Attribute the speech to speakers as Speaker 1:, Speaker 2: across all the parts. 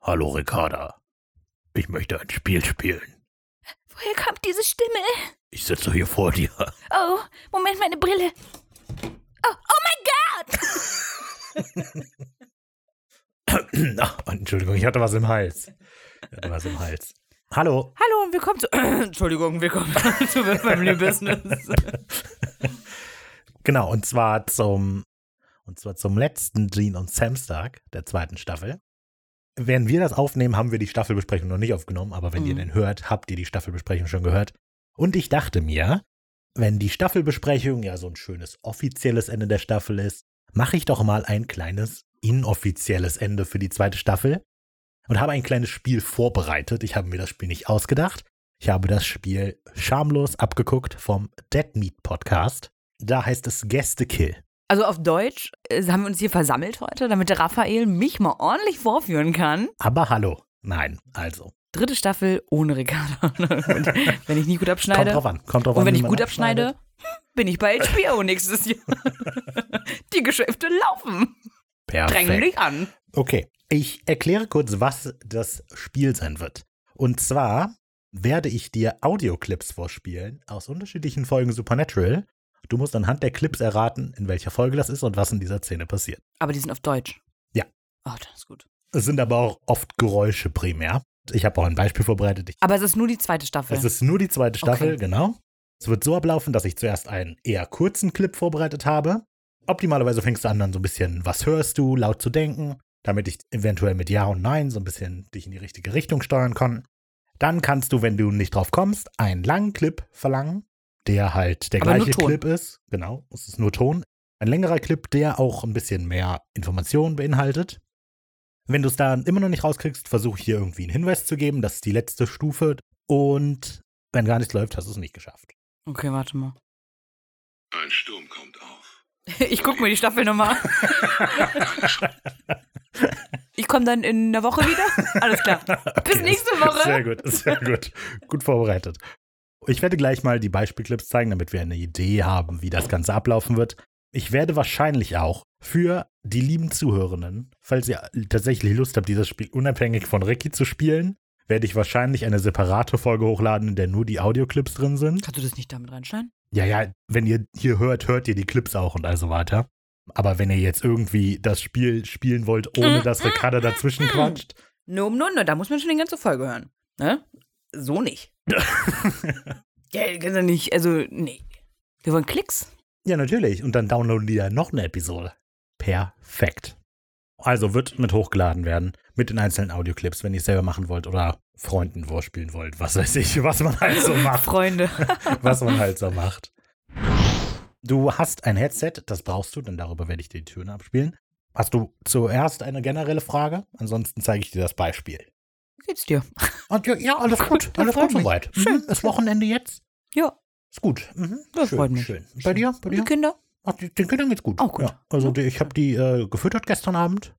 Speaker 1: Hallo Ricarda. Ich möchte ein Spiel spielen.
Speaker 2: Woher kommt diese Stimme?
Speaker 1: Ich sitze hier vor dir.
Speaker 2: Oh, Moment, meine Brille. Oh, oh mein Gott!
Speaker 1: Ach, Ah, Entschuldigung, ich hatte was im Hals. Ich hatte was im Hals. Hallo.
Speaker 3: Hallo und willkommen zu. Entschuldigung, willkommen zu Will Family Business.
Speaker 1: Genau, und zwar zum und zwar zum letzten Gene und Samstag der zweiten Staffel. Während wir das aufnehmen, haben wir die Staffelbesprechung noch nicht aufgenommen, aber wenn ihr
Speaker 3: Mhm.
Speaker 1: den hört, habt ihr die Staffelbesprechung schon gehört. Und ich dachte mir, wenn die Staffelbesprechung ja so ein schönes offizielles Ende der Staffel ist, mache ich doch mal ein kleines inoffizielles Ende für die zweite Staffel und habe ein kleines Spiel vorbereitet. Ich habe mir das Spiel nicht ausgedacht. Ich habe das Spiel schamlos abgeguckt vom Dead Meat Podcast. Da heißt es Gästekill.
Speaker 3: Also auf Deutsch äh, haben wir uns hier versammelt heute, damit der Raphael mich mal ordentlich vorführen kann.
Speaker 1: Aber hallo. Nein, also.
Speaker 3: Dritte Staffel ohne Ricarda. Na gut, wenn ich nicht gut
Speaker 1: Kommt
Speaker 3: abschneide.
Speaker 1: drauf an. Kommt drauf
Speaker 3: und
Speaker 1: an,
Speaker 3: wenn
Speaker 1: wie
Speaker 3: ich
Speaker 1: man
Speaker 3: gut abschneide, hm, bin ich bei HBO nächstes Jahr. Die Geschäfte laufen.
Speaker 1: Perfekt.
Speaker 3: Drängen dich an.
Speaker 1: Okay, ich erkläre kurz, was das Spiel sein wird. Und zwar werde ich dir Audioclips vorspielen aus unterschiedlichen Folgen Supernatural. Du musst anhand der Clips erraten, in welcher Folge das ist und was in dieser Szene passiert.
Speaker 3: Aber die sind auf Deutsch.
Speaker 1: Ja.
Speaker 3: Oh, das ist gut.
Speaker 1: Es sind aber auch oft Geräusche primär. Ich habe auch ein Beispiel vorbereitet. Ich,
Speaker 3: Aber es ist nur die zweite Staffel.
Speaker 1: es ist nur die zweite Staffel,
Speaker 3: Okay.
Speaker 1: genau. Es wird so ablaufen, dass ich zuerst einen eher kurzen Clip vorbereitet habe. Optimalerweise fängst du an, dann so ein bisschen, was hörst du, laut zu denken, damit ich eventuell mit Ja und Nein so ein bisschen dich in die richtige Richtung steuern kann. Dann kannst du, wenn du nicht drauf kommst, einen langen Clip verlangen, der halt der
Speaker 3: Aber nur
Speaker 1: gleiche
Speaker 3: Ton.
Speaker 1: Clip ist. Genau, es ist nur Ton. Ein längerer Clip, der auch ein bisschen mehr Informationen beinhaltet. Wenn du es da immer noch nicht rauskriegst, versuche ich hier irgendwie einen Hinweis zu geben. Das ist die letzte Stufe. Und wenn gar nichts läuft, hast du es nicht geschafft.
Speaker 3: okay, warte mal.
Speaker 4: Ein Sturm kommt auf.
Speaker 3: Ich guck mir die Staffel nochmal an. Ich komme dann in einer Woche wieder. Alles klar. Bis nächste Woche.
Speaker 1: Sehr gut, sehr gut. Gut vorbereitet. Ich werde gleich mal die Beispielclips zeigen, damit wir eine Idee haben, wie das Ganze ablaufen wird. Ich werde wahrscheinlich auch für die lieben Zuhörenden, falls ihr tatsächlich Lust habt, dieses Spiel unabhängig von Ricky zu spielen, werde ich wahrscheinlich eine separate Folge hochladen, in der nur die Audioclips drin sind.
Speaker 3: Kannst du das nicht damit reinschneiden?
Speaker 1: Ja, ja, wenn ihr hier hört, hört ihr die Clips auch und also weiter. Aber wenn ihr jetzt irgendwie das Spiel spielen wollt, ohne dass Ricarda dazwischen quatscht,
Speaker 3: No, no, no, da muss man schon die ganze Folge hören. Ne? So nicht. ja, kannst du nicht. Also, nee. Wir wollen Klicks.
Speaker 1: ja natürlich. Und dann downloaden die ja noch eine Episode. Perfekt. Also wird mit hochgeladen werden, mit den einzelnen Audioclips, wenn ihr es selber machen wollt oder Freunden vorspielen wollt, was weiß ich, was man halt so macht.
Speaker 3: Freunde.
Speaker 1: was man halt so macht. Du hast ein Headset, das brauchst du, denn darüber werde ich dir die Töne abspielen. Hast du zuerst eine generelle Frage? Ansonsten zeige ich dir das Beispiel.
Speaker 3: Wie geht's dir?
Speaker 1: Und ja, ja, alles gut,
Speaker 3: das
Speaker 1: alles
Speaker 3: freut
Speaker 1: gut
Speaker 3: mich.
Speaker 1: soweit.
Speaker 3: Schön.
Speaker 1: Mhm. Ist Wochenende jetzt?
Speaker 3: Ja.
Speaker 1: Ist gut. Mhm.
Speaker 3: Das
Speaker 1: schön,
Speaker 3: freut mich.
Speaker 1: Schön. Bei dir? Bei
Speaker 3: Und die
Speaker 1: dir?
Speaker 3: Kinder?
Speaker 1: Ach, die- den Kindern geht's gut.
Speaker 3: Auch gut.
Speaker 1: Ja, also
Speaker 3: Ja.
Speaker 1: die, ich habe die äh, gefüttert gestern Abend.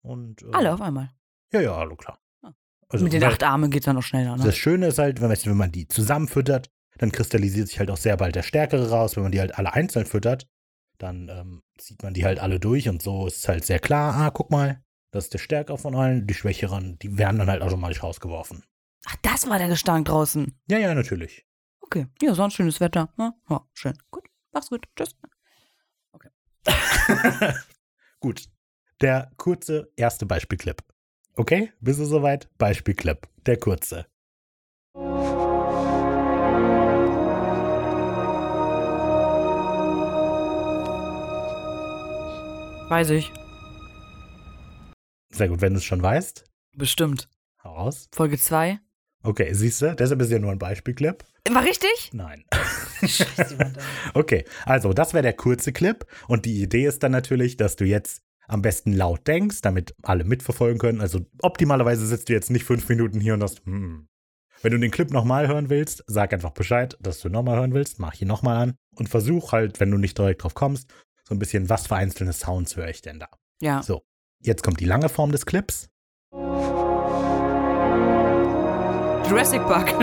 Speaker 1: Und, äh,
Speaker 3: Alle auf einmal.
Speaker 1: Ja, ja, hallo, klar.
Speaker 3: Ah.
Speaker 1: Also,
Speaker 3: Mit den
Speaker 1: weil
Speaker 3: acht Armen geht's dann noch schneller, ne?
Speaker 1: Das Schöne ist halt, wenn, weißt du, wenn man die zusammenfüttert, dann kristallisiert sich halt auch sehr bald der Stärkere raus. Wenn man die halt alle einzeln füttert, dann ähm, zieht man die halt alle durch und so ist es halt sehr klar, ah, guck mal, das ist der Stärkere von allen, die Schwächeren, die werden dann halt automatisch rausgeworfen.
Speaker 3: Ach, das war der Gestank draußen.
Speaker 1: Ja, ja, natürlich.
Speaker 3: Okay. Ja, sonst schönes Wetter. Ja, ja, schön. Gut. Mach's gut. Tschüss.
Speaker 1: Gut. Der kurze erste Beispielclip. Okay? Bist du soweit? Beispielclip. Der kurze.
Speaker 3: Weiß ich.
Speaker 1: Sehr gut, wenn du es schon weißt.
Speaker 3: Bestimmt.
Speaker 1: Hau raus.
Speaker 3: Folge 2.
Speaker 1: Okay, siehst du? Deshalb ist ja nur ein Beispielclip.
Speaker 3: War richtig?
Speaker 1: Nein.
Speaker 3: Scheiße, Mann.
Speaker 1: Okay, also das wäre der kurze Clip. Und die Idee ist dann natürlich, dass du jetzt am besten laut denkst, damit alle mitverfolgen können. Also optimalerweise sitzt du jetzt nicht fünf Minuten hier und hast, hm. Wenn du den Clip nochmal hören willst, sag einfach Bescheid, dass du nochmal hören willst, mach ihn nochmal an und versuch halt, wenn du nicht direkt drauf kommst, so ein bisschen, was für einzelne Sounds höre ich denn da.
Speaker 3: Ja.
Speaker 1: So, jetzt kommt die lange Form des Clips.
Speaker 3: Jurassic Park.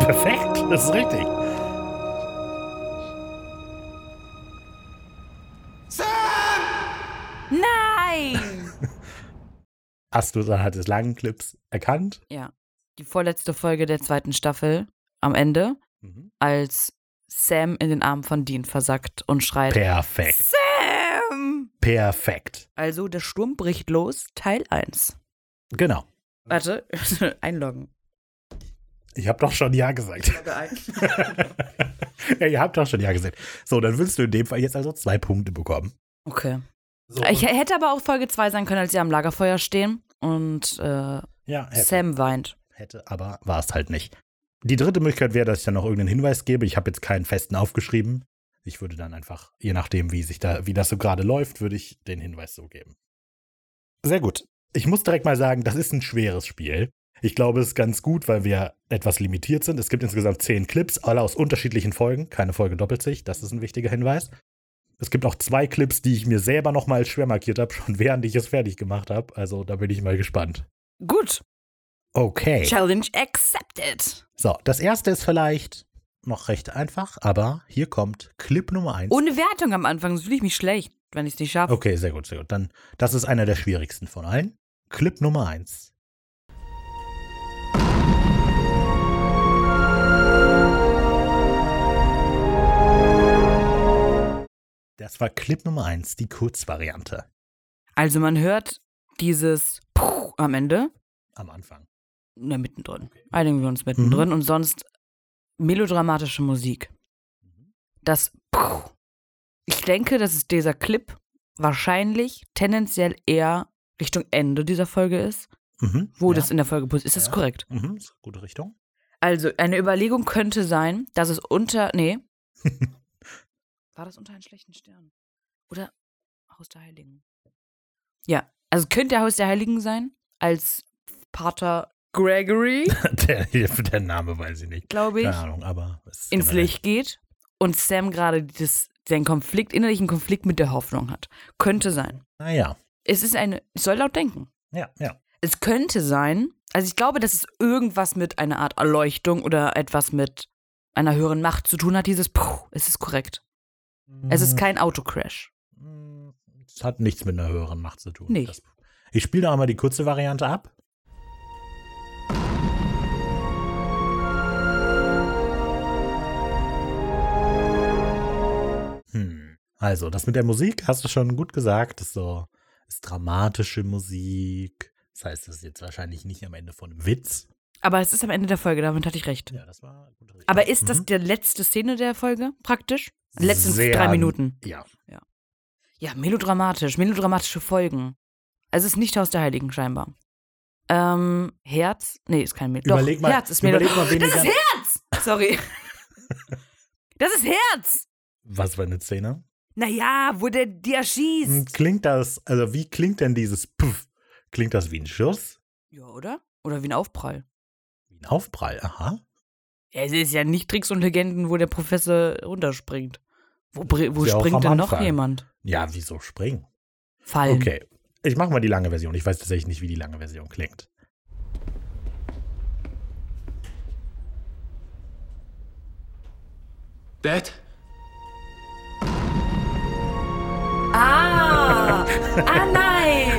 Speaker 1: Perfekt, das ist richtig.
Speaker 3: Nein!
Speaker 1: hast du es anhand des langen Clips erkannt.
Speaker 3: Die vorletzte Folge der zweiten Staffel am Ende,
Speaker 1: Mhm.
Speaker 3: als Sam in den Arm von Dean versackt und schreit:
Speaker 1: Perfekt.
Speaker 3: Sam!
Speaker 1: Perfekt.
Speaker 3: Also, der Sturm bricht los, Teil 1.
Speaker 1: Genau.
Speaker 3: Warte, einloggen.
Speaker 1: Ich habe doch schon Ja gesagt.
Speaker 3: Logge ein.
Speaker 1: ja, ihr habt doch schon Ja gesagt. So, dann willst du in dem Fall jetzt also zwei Punkte bekommen.
Speaker 3: Okay.
Speaker 1: So,
Speaker 3: Ich hätte aber auch Folge 2 sein können, als sie am Lagerfeuer stehen und äh,
Speaker 1: ja, hätte,
Speaker 3: Sam weint.
Speaker 1: hätte, aber war es halt nicht. Die dritte Möglichkeit wäre, dass ich dann noch irgendeinen Hinweis gebe. Ich habe jetzt keinen festen aufgeschrieben. Ich würde dann einfach, je nachdem, wie sich da, wie das so gerade läuft, würde ich den Hinweis so geben. Sehr gut. Ich muss direkt mal sagen, das ist ein schweres Spiel. Ich glaube, es ist ganz gut, weil wir etwas limitiert sind. Es gibt insgesamt zehn Clips, alle aus unterschiedlichen Folgen. Keine Folge doppelt sich. Das ist ein wichtiger Hinweis. Es gibt auch zwei Clips, die ich mir selber nochmal schwer markiert habe, schon während ich es fertig gemacht habe. Also da bin ich mal gespannt.
Speaker 3: Gut.
Speaker 1: Okay.
Speaker 3: Challenge accepted.
Speaker 1: So, das erste ist vielleicht noch recht einfach, aber hier kommt Clip Nummer 1.
Speaker 3: Ohne Wertung am Anfang, sonst fühle ich mich schlecht, wenn ich es nicht schaffe.
Speaker 1: Okay, sehr gut, sehr gut. Dann, das ist einer der schwierigsten von allen. Clip Nummer 1. Das war Clip Nummer 1, die Kurzvariante
Speaker 3: Also man hört dieses Puh am Ende,
Speaker 1: am Anfang.
Speaker 3: na mittendrin. Einigen wir uns
Speaker 1: Mhm.
Speaker 3: mittendrin und sonst melodramatische Musik.
Speaker 1: Mhm.
Speaker 3: Das Puh. Ich denke, dass es dieser Clip wahrscheinlich tendenziell eher Richtung Ende dieser Folge ist,
Speaker 1: Mhm.
Speaker 3: wo
Speaker 1: ja.
Speaker 3: das in der Folge ist. Ist das
Speaker 1: Ja.
Speaker 3: korrekt?
Speaker 1: Mhm, ist eine gute Richtung.
Speaker 3: Also eine Überlegung könnte sein, dass es unter nee, war das unter einem schlechten Stern oder Haus der Heiligen? Ja, also könnte Haus der Heiligen sein als Pater Gregory,
Speaker 1: der, der Name weiß ich nicht.
Speaker 3: glaube ich.
Speaker 1: Keine Ahnung, aber es ist
Speaker 3: ins
Speaker 1: generell-
Speaker 3: Licht geht und Sam gerade das, seinen Konflikt, innerlichen Konflikt mit der Hoffnung hat. Könnte sein.
Speaker 1: Naja,
Speaker 3: Es ist eine, ich soll laut denken.
Speaker 1: Ah ja, ja.
Speaker 3: Es könnte sein, also ich glaube, dass es irgendwas mit einer Art Erleuchtung oder etwas mit einer höheren Macht zu tun hat, dieses Puh, es ist korrekt. Es ist kein Autocrash.
Speaker 1: Mm, Es hat nichts mit einer höheren Macht zu tun.
Speaker 3: Nicht.
Speaker 1: Das, ich spiele da einmal die kurze Variante ab. Hm. Also, das mit der Musik hast du schon gut gesagt. Das ist so ist dramatische Musik. Das heißt, das ist jetzt wahrscheinlich nicht am Ende von einem Witz.
Speaker 3: Aber es ist am Ende der Folge, damit hatte ich recht.
Speaker 1: Ja, das war gut.
Speaker 3: Aber ist das
Speaker 1: Mhm.
Speaker 3: die letzte Szene der Folge praktisch? Die letzten
Speaker 1: Sehr-
Speaker 3: drei Minuten.
Speaker 1: Ja.
Speaker 3: Ja, melodramatisch, melodramatische Folgen. Es ist nicht Haus der Heiligen scheinbar. Ähm, Herz? Nee, ist kein Melodram.
Speaker 1: Überleg mal,
Speaker 3: Herz ist
Speaker 1: überleg
Speaker 3: Melodram.
Speaker 1: mal
Speaker 3: Das ist
Speaker 1: weniger.
Speaker 3: Herz! Sorry. das ist Herz!
Speaker 1: Was für eine Szene?
Speaker 3: Naja, wo der dir schießt.
Speaker 1: Hm, Klingt das, also wie klingt denn dieses Puff? Klingt das wie ein Schuss?
Speaker 3: Ja, oder? Oder wie ein Aufprall.
Speaker 1: Wie ein Aufprall, aha.
Speaker 3: Es ist ja nicht Tricks und Legenden, wo der Professor runterspringt. Wo, br- wo
Speaker 1: Ist ja auch am
Speaker 3: springt denn noch
Speaker 1: Anfang.
Speaker 3: jemand?
Speaker 1: Ja, wieso springen?
Speaker 3: Fallen.
Speaker 1: Okay, ich mache mal die lange Version. Ich weiß tatsächlich nicht, wie die lange Version klingt.
Speaker 5: Dad?
Speaker 3: Ah! Ah nein!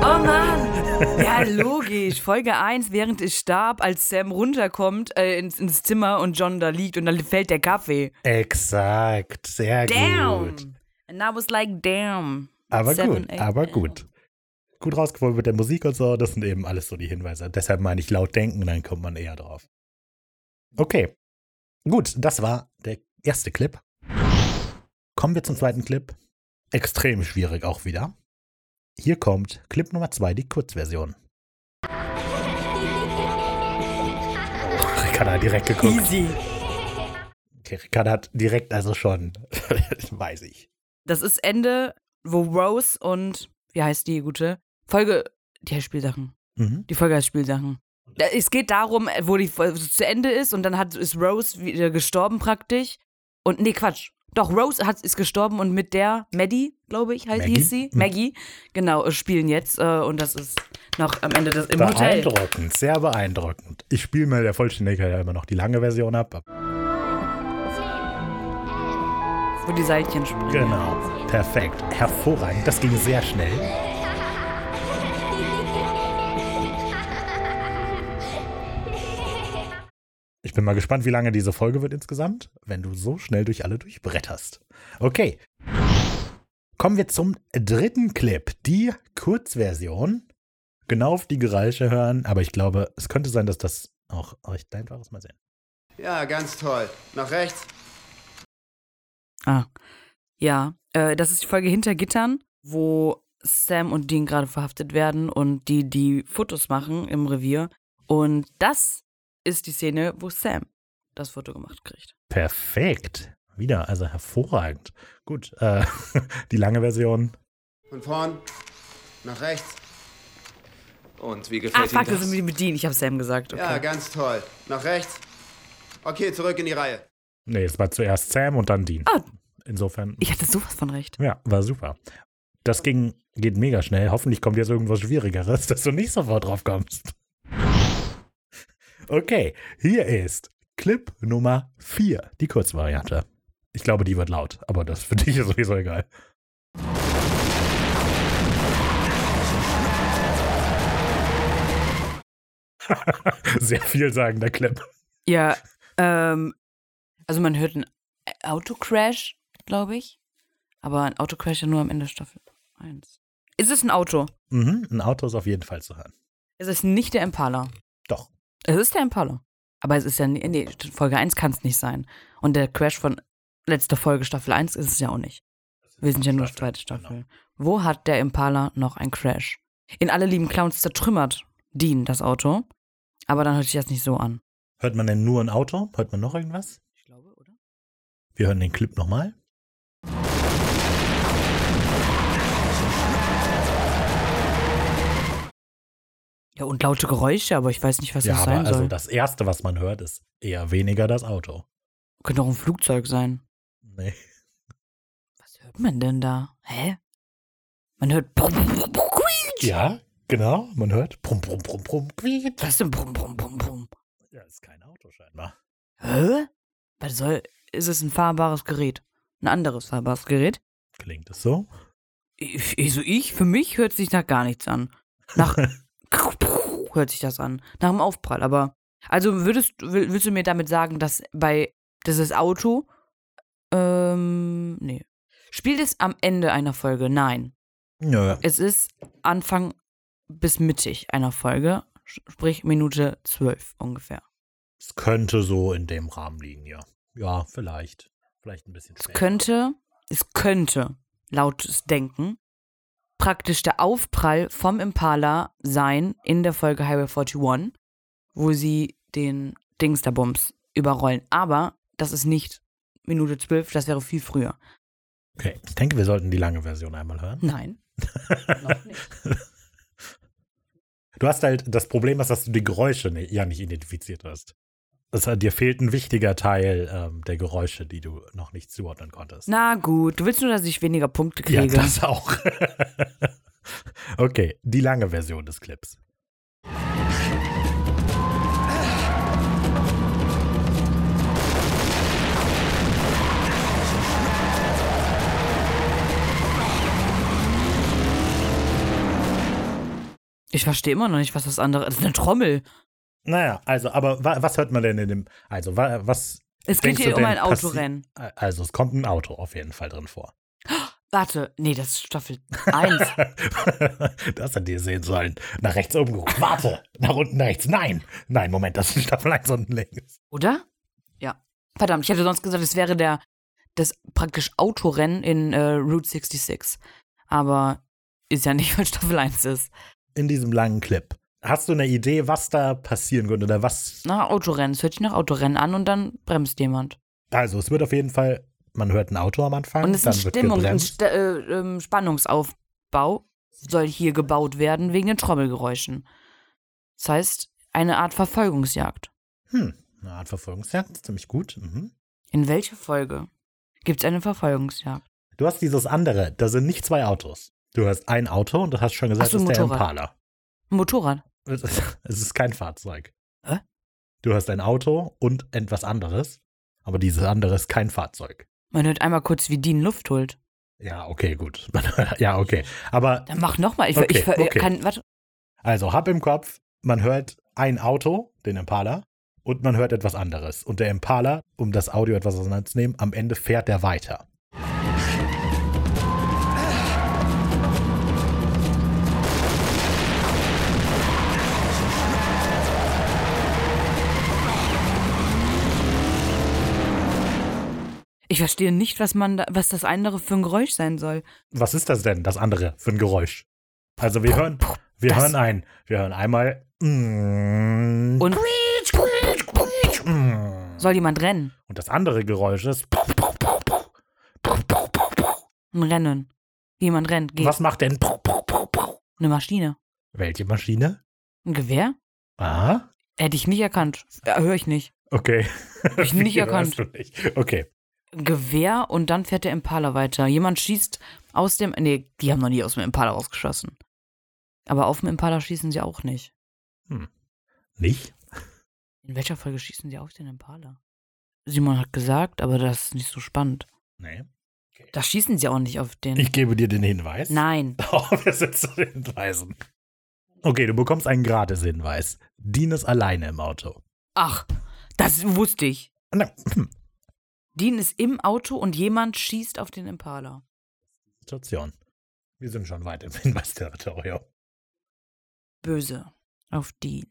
Speaker 3: Oh Mann! Ja, logisch. Folge 1, während ich starb, als Sam runterkommt äh, ins, ins Zimmer und John da liegt und dann fällt der Kaffee.
Speaker 1: Exakt, sehr
Speaker 3: Damn!
Speaker 1: gut.
Speaker 3: And I was like, damn. äh.
Speaker 1: Aber
Speaker 3: 7,
Speaker 1: gut,
Speaker 3: 8,
Speaker 1: aber
Speaker 3: damn.
Speaker 1: gut. Gut rausgeholt mit der Musik und so, das sind eben alles so die Hinweise. Deshalb meine ich laut denken, dann kommt man eher drauf. Okay, gut, das war der erste Clip. Kommen wir zum zweiten Clip. Extrem schwierig auch wieder. Hier kommt Clip Nummer zwei, die Kurzversion. Oh, Ricarda hat direkt geguckt.
Speaker 3: Easy.
Speaker 1: Okay, Ricarda hat direkt also schon, weiß ich.
Speaker 3: Das ist Ende, wo Rose und, wie heißt die gute? Folge, die heißt Spielsachen.
Speaker 1: Mhm.
Speaker 3: Die Folge heißt Spielsachen. Da- Es geht darum, äh, wo die Folge zu Ende ist und dann hat, ist Rose wieder gestorben praktisch. Und nee, Quatsch. Doch, Rose hat, ist gestorben und mit der Maddie, glaube ich, heißt,
Speaker 1: Maggie?
Speaker 3: hieß sie.
Speaker 1: Mhm.
Speaker 3: Maggie, genau, äh, spielen jetzt. äh, Und das ist noch am Ende des, im Hotel.
Speaker 1: Beeindruckend, sehr beeindruckend. Ich spiele mal der Vollständigkeit ja immer noch die lange Version ab.
Speaker 3: Wo die Seilchen springen.
Speaker 1: Genau, perfekt, hervorragend. Das ging sehr schnell. Ich bin mal gespannt, wie lange diese Folge wird insgesamt, wenn du so schnell durch alle durchbretterst. Okay. Kommen wir zum dritten Clip, die Kurzversion. Genau auf die Geräusche hören, aber ich glaube, es könnte sein, dass das auch euch einfaches mal sehen.
Speaker 5: Ja, ganz toll. Nach rechts.
Speaker 3: Ah. Ja, äh, das ist die Folge Hinter Gittern, wo Sam und Dean gerade verhaftet werden und die die Fotos machen im Revier. Und das ist die Szene, wo Sam das Foto gemacht kriegt.
Speaker 1: Perfekt. Wieder, also hervorragend. Gut, äh, die lange Version.
Speaker 5: Von vorn. Nach rechts.
Speaker 6: Und wie
Speaker 3: Ah,
Speaker 6: gefällt
Speaker 3: fuck,
Speaker 6: Ihnen
Speaker 3: das
Speaker 6: das?
Speaker 3: ist mit mit Dean. Ich habe Sam gesagt.
Speaker 5: Ja,
Speaker 3: Okay.
Speaker 5: ganz toll. Nach rechts. Okay, zurück in die Reihe.
Speaker 1: Nee, es war zuerst Sam und dann Dean.
Speaker 3: Ah.
Speaker 1: Insofern,
Speaker 3: ich hatte sowas von recht.
Speaker 1: ja, war super. Das ging, geht mega schnell. Hoffentlich kommt jetzt irgendwas Schwierigeres, dass du nicht sofort drauf kommst. Okay, hier ist Clip Nummer 4, die Kurzvariante. Ich glaube, die wird laut, aber das für dich ist sowieso egal. Sehr vielsagender Clip.
Speaker 3: Ja, ähm, also man hört einen Autocrash, glaube ich. Aber ein Autocrash ja nur am Ende Staffel 1. Ist es ein Auto?
Speaker 1: Mhm, ein Auto ist auf jeden Fall zu hören.
Speaker 3: Es ist nicht der Impala.
Speaker 1: Doch.
Speaker 3: Es ist der Impala. Aber es ist ja, nie- nee, Folge 1 kann es nicht sein. Und der Crash von letzter Folge Staffel 1 ist es ja auch nicht. Wir sind ja nur
Speaker 1: Staffel,
Speaker 3: zweite Staffel.
Speaker 1: Genau.
Speaker 3: Wo hat der Impala noch einen Crash? In alle lieben Clowns zertrümmert Dean das Auto. Aber dann hört sich das nicht so an.
Speaker 1: Hört man denn nur ein Auto? Hört man noch irgendwas?
Speaker 3: Ich glaube, oder?
Speaker 1: Wir hören den Clip nochmal.
Speaker 3: Ja, und laute Geräusche, aber ich weiß nicht, was
Speaker 1: ja,
Speaker 3: das
Speaker 1: aber
Speaker 3: sein
Speaker 1: also
Speaker 3: soll.
Speaker 1: das Erste, was man hört, ist eher weniger das Auto.
Speaker 3: Könnte auch ein Flugzeug sein.
Speaker 1: Nee.
Speaker 3: Was hört man denn da? Hä? Man hört.
Speaker 1: Ja, genau. Man hört Brumm, Brumm, Brumm, Brumm, Quiet.
Speaker 3: Was denn? Brumm, brumm, brumm, brumm.
Speaker 1: Ja, ist kein Auto scheinbar.
Speaker 3: Hä? Was soll. Ist es ein fahrbares Gerät? Ein anderes fahrbares Gerät?
Speaker 1: Klingt es so?
Speaker 3: Ich, also ich, für mich hört sich nach gar nichts an. Nach. hört sich das an. Nach dem Aufprall, aber. Also würdest, will- willst du mir damit sagen, dass bei. Das ist Auto. Ähm. Nee. Spielt es am Ende einer Folge? Nein.
Speaker 1: Nö.
Speaker 3: Es ist Anfang bis mittig einer Folge, sch- sprich Minute zwölf ungefähr.
Speaker 1: Es könnte so in dem Rahmen liegen, ja. Ja, vielleicht. Vielleicht ein bisschen
Speaker 3: Es
Speaker 1: später.
Speaker 3: könnte, es könnte, lautes Denken, praktisch der Aufprall vom Impala sein in der Folge Highway 41, wo sie den Dingsterbums überrollen. Aber das ist nicht Minute zwölf, das wäre viel früher.
Speaker 1: Okay, ich denke, wir sollten die lange Version einmal hören.
Speaker 3: Nein, noch nicht.
Speaker 1: Du hast halt das Problem, ist, dass du die Geräusche ni- ja nicht identifiziert hast. Das, hat- dir fehlt ein wichtiger Teil ähm, der Geräusche, die du noch nicht zuordnen konntest.
Speaker 3: Na gut, du willst nur, dass ich weniger Punkte
Speaker 1: ja,
Speaker 3: kriege.
Speaker 1: das auch. okay, die lange Version des Clips.
Speaker 3: ich verstehe immer noch nicht, was das andere ist. Das ist eine Trommel.
Speaker 1: Naja, also, aber wa was hört man denn in dem. Also, wa was.
Speaker 3: Es geht
Speaker 1: denkst
Speaker 3: hier
Speaker 1: du
Speaker 3: um
Speaker 1: denn
Speaker 3: ein
Speaker 1: passi-
Speaker 3: Autorennen.
Speaker 1: Also, es kommt ein Auto auf jeden Fall drin vor.
Speaker 3: Warte, nee, das ist Staffel 1.
Speaker 1: das hat dir sehen sollen. Nach rechts oben geguckt. Warte! Nach unten rechts. Nein! Nein, Moment, das ist Staffel 1 unten links.
Speaker 3: Oder? Ja. Verdammt, ich hätte sonst gesagt, es wäre der das praktisch Autorennen in äh, Route 66. Aber ist ja nicht, weil Staffel 1 ist.
Speaker 1: In diesem langen Clip. Hast du eine Idee, was da passieren könnte oder was
Speaker 3: Na, Autorennen. Es hört sich nach Autorennen an und dann bremst jemand.
Speaker 1: Also, es wird auf jeden Fall, man hört ein Auto am Anfang.
Speaker 3: Und es ist
Speaker 1: dann
Speaker 3: eine
Speaker 1: wird
Speaker 3: Stimmung, ein
Speaker 1: gebremst.
Speaker 3: St äh, ähm, Spannungsaufbau soll hier gebaut werden wegen den Trommelgeräuschen. Das heißt, eine Art Verfolgungsjagd.
Speaker 1: Hm, eine Art Verfolgungsjagd, ziemlich gut. Mhm.
Speaker 3: In welcher Folge gibt es eine Verfolgungsjagd?
Speaker 1: Du hast dieses andere, da sind nicht zwei Autos. Du hast ein Auto und du hast schon gesagt,
Speaker 3: Ach so,
Speaker 1: es ist der
Speaker 3: Motorrad.
Speaker 1: Impala.
Speaker 3: Ein Motorrad.
Speaker 1: Es ist, es ist kein Fahrzeug.
Speaker 3: Hä?
Speaker 1: Du hast ein Auto und etwas anderes, aber dieses andere ist kein Fahrzeug.
Speaker 3: Man hört einmal kurz, wie Dean Luft holt.
Speaker 1: Ja, okay, gut. ja, okay. Aber
Speaker 3: Dann mach nochmal. Ich,
Speaker 1: Okay,
Speaker 3: ich, ich
Speaker 1: okay.
Speaker 3: kann. Warte.
Speaker 1: Also hab im Kopf, man hört ein Auto, den Impala, und man hört etwas anderes. Und der Impala, um das Audio etwas auseinanderzunehmen, am Ende fährt er weiter.
Speaker 3: Ich verstehe nicht, was man da, was das andere für ein Geräusch sein soll.
Speaker 1: Was ist das denn, das andere, für ein Geräusch? Also wir hören, wir
Speaker 3: Das-
Speaker 1: hören ein. Wir hören einmal. mm,
Speaker 3: Und
Speaker 1: mm.
Speaker 3: soll jemand rennen?
Speaker 1: Und das andere Geräusch ist.
Speaker 3: Ein Rennen. Jemand rennt, geht.
Speaker 1: Was macht denn
Speaker 3: Eine Maschine.
Speaker 1: welche Maschine?
Speaker 3: Ein Gewehr?
Speaker 1: Ah,
Speaker 3: Hätte ich nicht erkannt. Ja, Höre ich nicht.
Speaker 1: okay.
Speaker 3: ich nicht
Speaker 1: Wie,
Speaker 3: erkannt.
Speaker 1: weißt du nicht. Okay.
Speaker 3: Ein Gewehr und dann fährt der Impala weiter. Jemand schießt aus dem. Nee, die haben noch nie aus dem Impala rausgeschossen. Aber auf dem Impala schießen sie auch nicht.
Speaker 1: Nicht?
Speaker 3: In welcher Folge schießen sie auf den Impala? Simon hat gesagt, aber das ist nicht so spannend.
Speaker 1: Nee.
Speaker 3: Da schießen sie auch nicht auf den.
Speaker 1: Ich gebe dir den Hinweis.
Speaker 3: Nein.
Speaker 1: Oh, wir sind zu den Hinweisen. Okay, du bekommst einen gratis Hinweis. Dean ist alleine im Auto.
Speaker 3: Ach, das wusste ich.
Speaker 1: Na,
Speaker 3: Dean ist im Auto und jemand schießt auf den Impala.
Speaker 1: Situation. Wir sind schon weit im Hinweisterritorium.
Speaker 3: Böse auf Dean.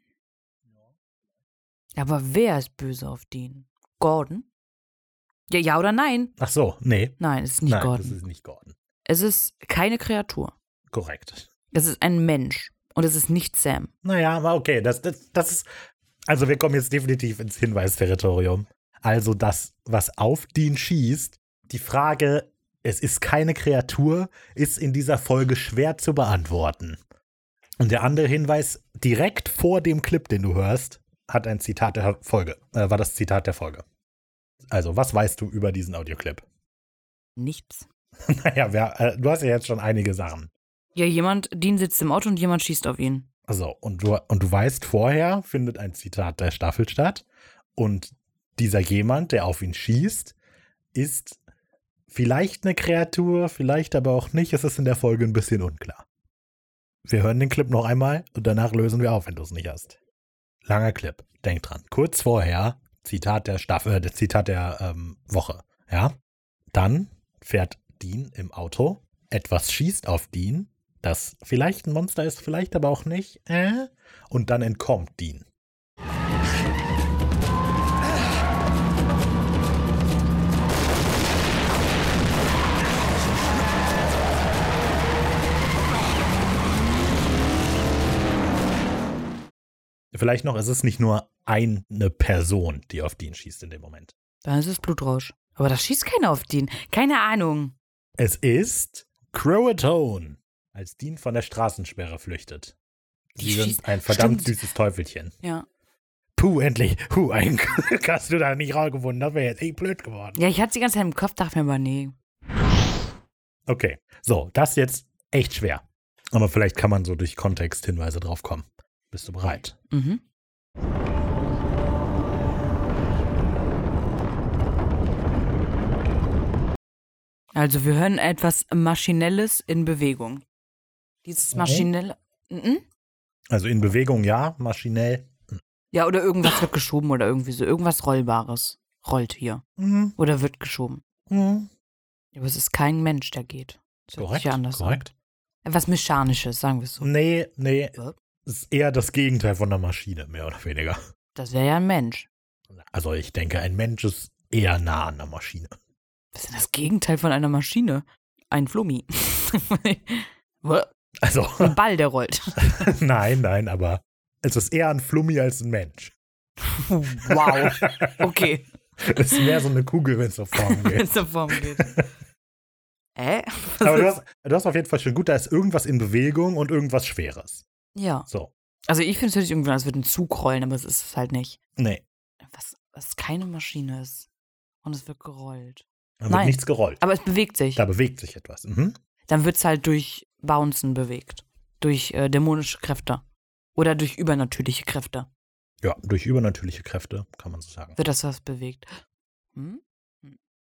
Speaker 3: Aber wer ist böse auf Dean? Gordon? Ja, ja oder nein?
Speaker 1: Ach so, nee.
Speaker 3: Nein, es ist nicht
Speaker 1: Nein,
Speaker 3: Gordon.
Speaker 1: das ist nicht Gordon.
Speaker 3: es ist keine Kreatur.
Speaker 1: Korrekt.
Speaker 3: Es ist ein Mensch. Und es ist nicht Sam.
Speaker 1: Naja, aber okay, das, das, das ist. Also, wir kommen jetzt definitiv ins Hinweisterritorium. Also, das, was auf Dean schießt, die Frage, es ist keine Kreatur, ist in dieser Folge schwer zu beantworten. Und der andere Hinweis, direkt vor dem Clip, den du hörst, hat ein Zitat der Folge, äh, war das Zitat der Folge. Also, was weißt du über diesen Audioclip?
Speaker 3: Nichts.
Speaker 1: Naja, wer, äh, du hast ja jetzt schon einige Sachen.
Speaker 3: Ja, jemand, Dean sitzt im Auto und jemand schießt auf ihn.
Speaker 1: So, Also, und du, und du weißt, vorher findet ein Zitat der Staffel statt. Und dieser jemand, der auf ihn schießt, ist vielleicht eine Kreatur, vielleicht aber auch nicht. Es ist in der Folge ein bisschen unklar. Wir hören den Clip noch einmal und danach lösen wir auf, wenn du es nicht hast. Langer Clip, denk dran. Kurz vorher, Zitat der Staffel, äh, Zitat der ähm, Woche, ja? Dann fährt Dean im Auto, etwas schießt auf Dean, das vielleicht ein Monster ist, vielleicht aber auch nicht, äh? und dann entkommt Dean. Vielleicht noch, es ist nicht nur eine Person, die auf Dean schießt in dem Moment.
Speaker 3: Dann ist es Blutrausch. Aber da schießt keiner auf Dean. Keine Ahnung.
Speaker 1: Es ist Croatone, als Dean von der Straßensperre flüchtet.
Speaker 3: Die
Speaker 1: Sie sind
Speaker 3: schießt-
Speaker 1: ein verdammt
Speaker 3: Stimmt.
Speaker 1: süßes Teufelchen.
Speaker 3: Ja.
Speaker 1: Puh, endlich. Puh, ein Glück hast du da nicht rausgefunden. Das wäre jetzt echt blöd geworden.
Speaker 3: Ja, ich hatte die ganze Zeit im Kopf, dachte mir aber, nee.
Speaker 1: Okay, so, das jetzt echt schwer. Aber vielleicht kann man so durch Kontext Hinweise drauf kommen. Bist du bereit?
Speaker 3: Mhm. Also wir hören etwas Maschinelles in Bewegung. Dieses Maschinelle. Mhm.
Speaker 1: Also in Bewegung ja, maschinell.
Speaker 3: Ja, oder irgendwas wird geschoben oder irgendwie so. Irgendwas Rollbares rollt hier.
Speaker 1: Mhm.
Speaker 3: Oder wird geschoben.
Speaker 1: Mhm.
Speaker 3: Aber es ist kein Mensch, der geht. Das hört sich
Speaker 1: Korrekt.
Speaker 3: ja anders an.
Speaker 1: korrekt. Hm.
Speaker 3: Etwas Mechanisches, sagen wir es so. Äh?
Speaker 1: Nee, nee.
Speaker 3: Was?
Speaker 1: Ist eher das Gegenteil von einer Maschine, mehr oder weniger.
Speaker 3: Das wäre ja ein Mensch.
Speaker 1: Also ich denke, ein Mensch ist eher nah an einer Maschine.
Speaker 3: Was ist denn das Gegenteil von einer Maschine? Ein Flummi. Wä?
Speaker 1: Also,
Speaker 3: ein Ball, der rollt.
Speaker 1: nein, nein, aber es ist eher ein Flummi als ein Mensch.
Speaker 3: Wow. Okay,
Speaker 1: Es ist mehr so eine Kugel, wenn es auf Form
Speaker 3: wenn
Speaker 1: geht.
Speaker 3: es da vorne geht. Äh? Was
Speaker 1: aber du
Speaker 3: ist-
Speaker 1: hast, du hast auf jeden Fall schon gut, da ist irgendwas in Bewegung und irgendwas Schweres.
Speaker 3: Ja.
Speaker 1: So.
Speaker 3: Also ich finde es natürlich irgendwie, als würde ein Zug rollen, aber es ist es halt nicht.
Speaker 1: Nee.
Speaker 3: Was, was keine Maschine ist. Und es wird gerollt.
Speaker 1: Da wird
Speaker 3: Nein.
Speaker 1: nichts gerollt.
Speaker 3: Aber es bewegt sich.
Speaker 1: Da bewegt sich etwas. Mhm.
Speaker 3: Dann wird es halt durch Bouncen bewegt. Durch äh, dämonische Kräfte. Oder durch übernatürliche Kräfte.
Speaker 1: Ja, durch übernatürliche Kräfte, kann man so sagen.
Speaker 3: Wird das was bewegt? Hm?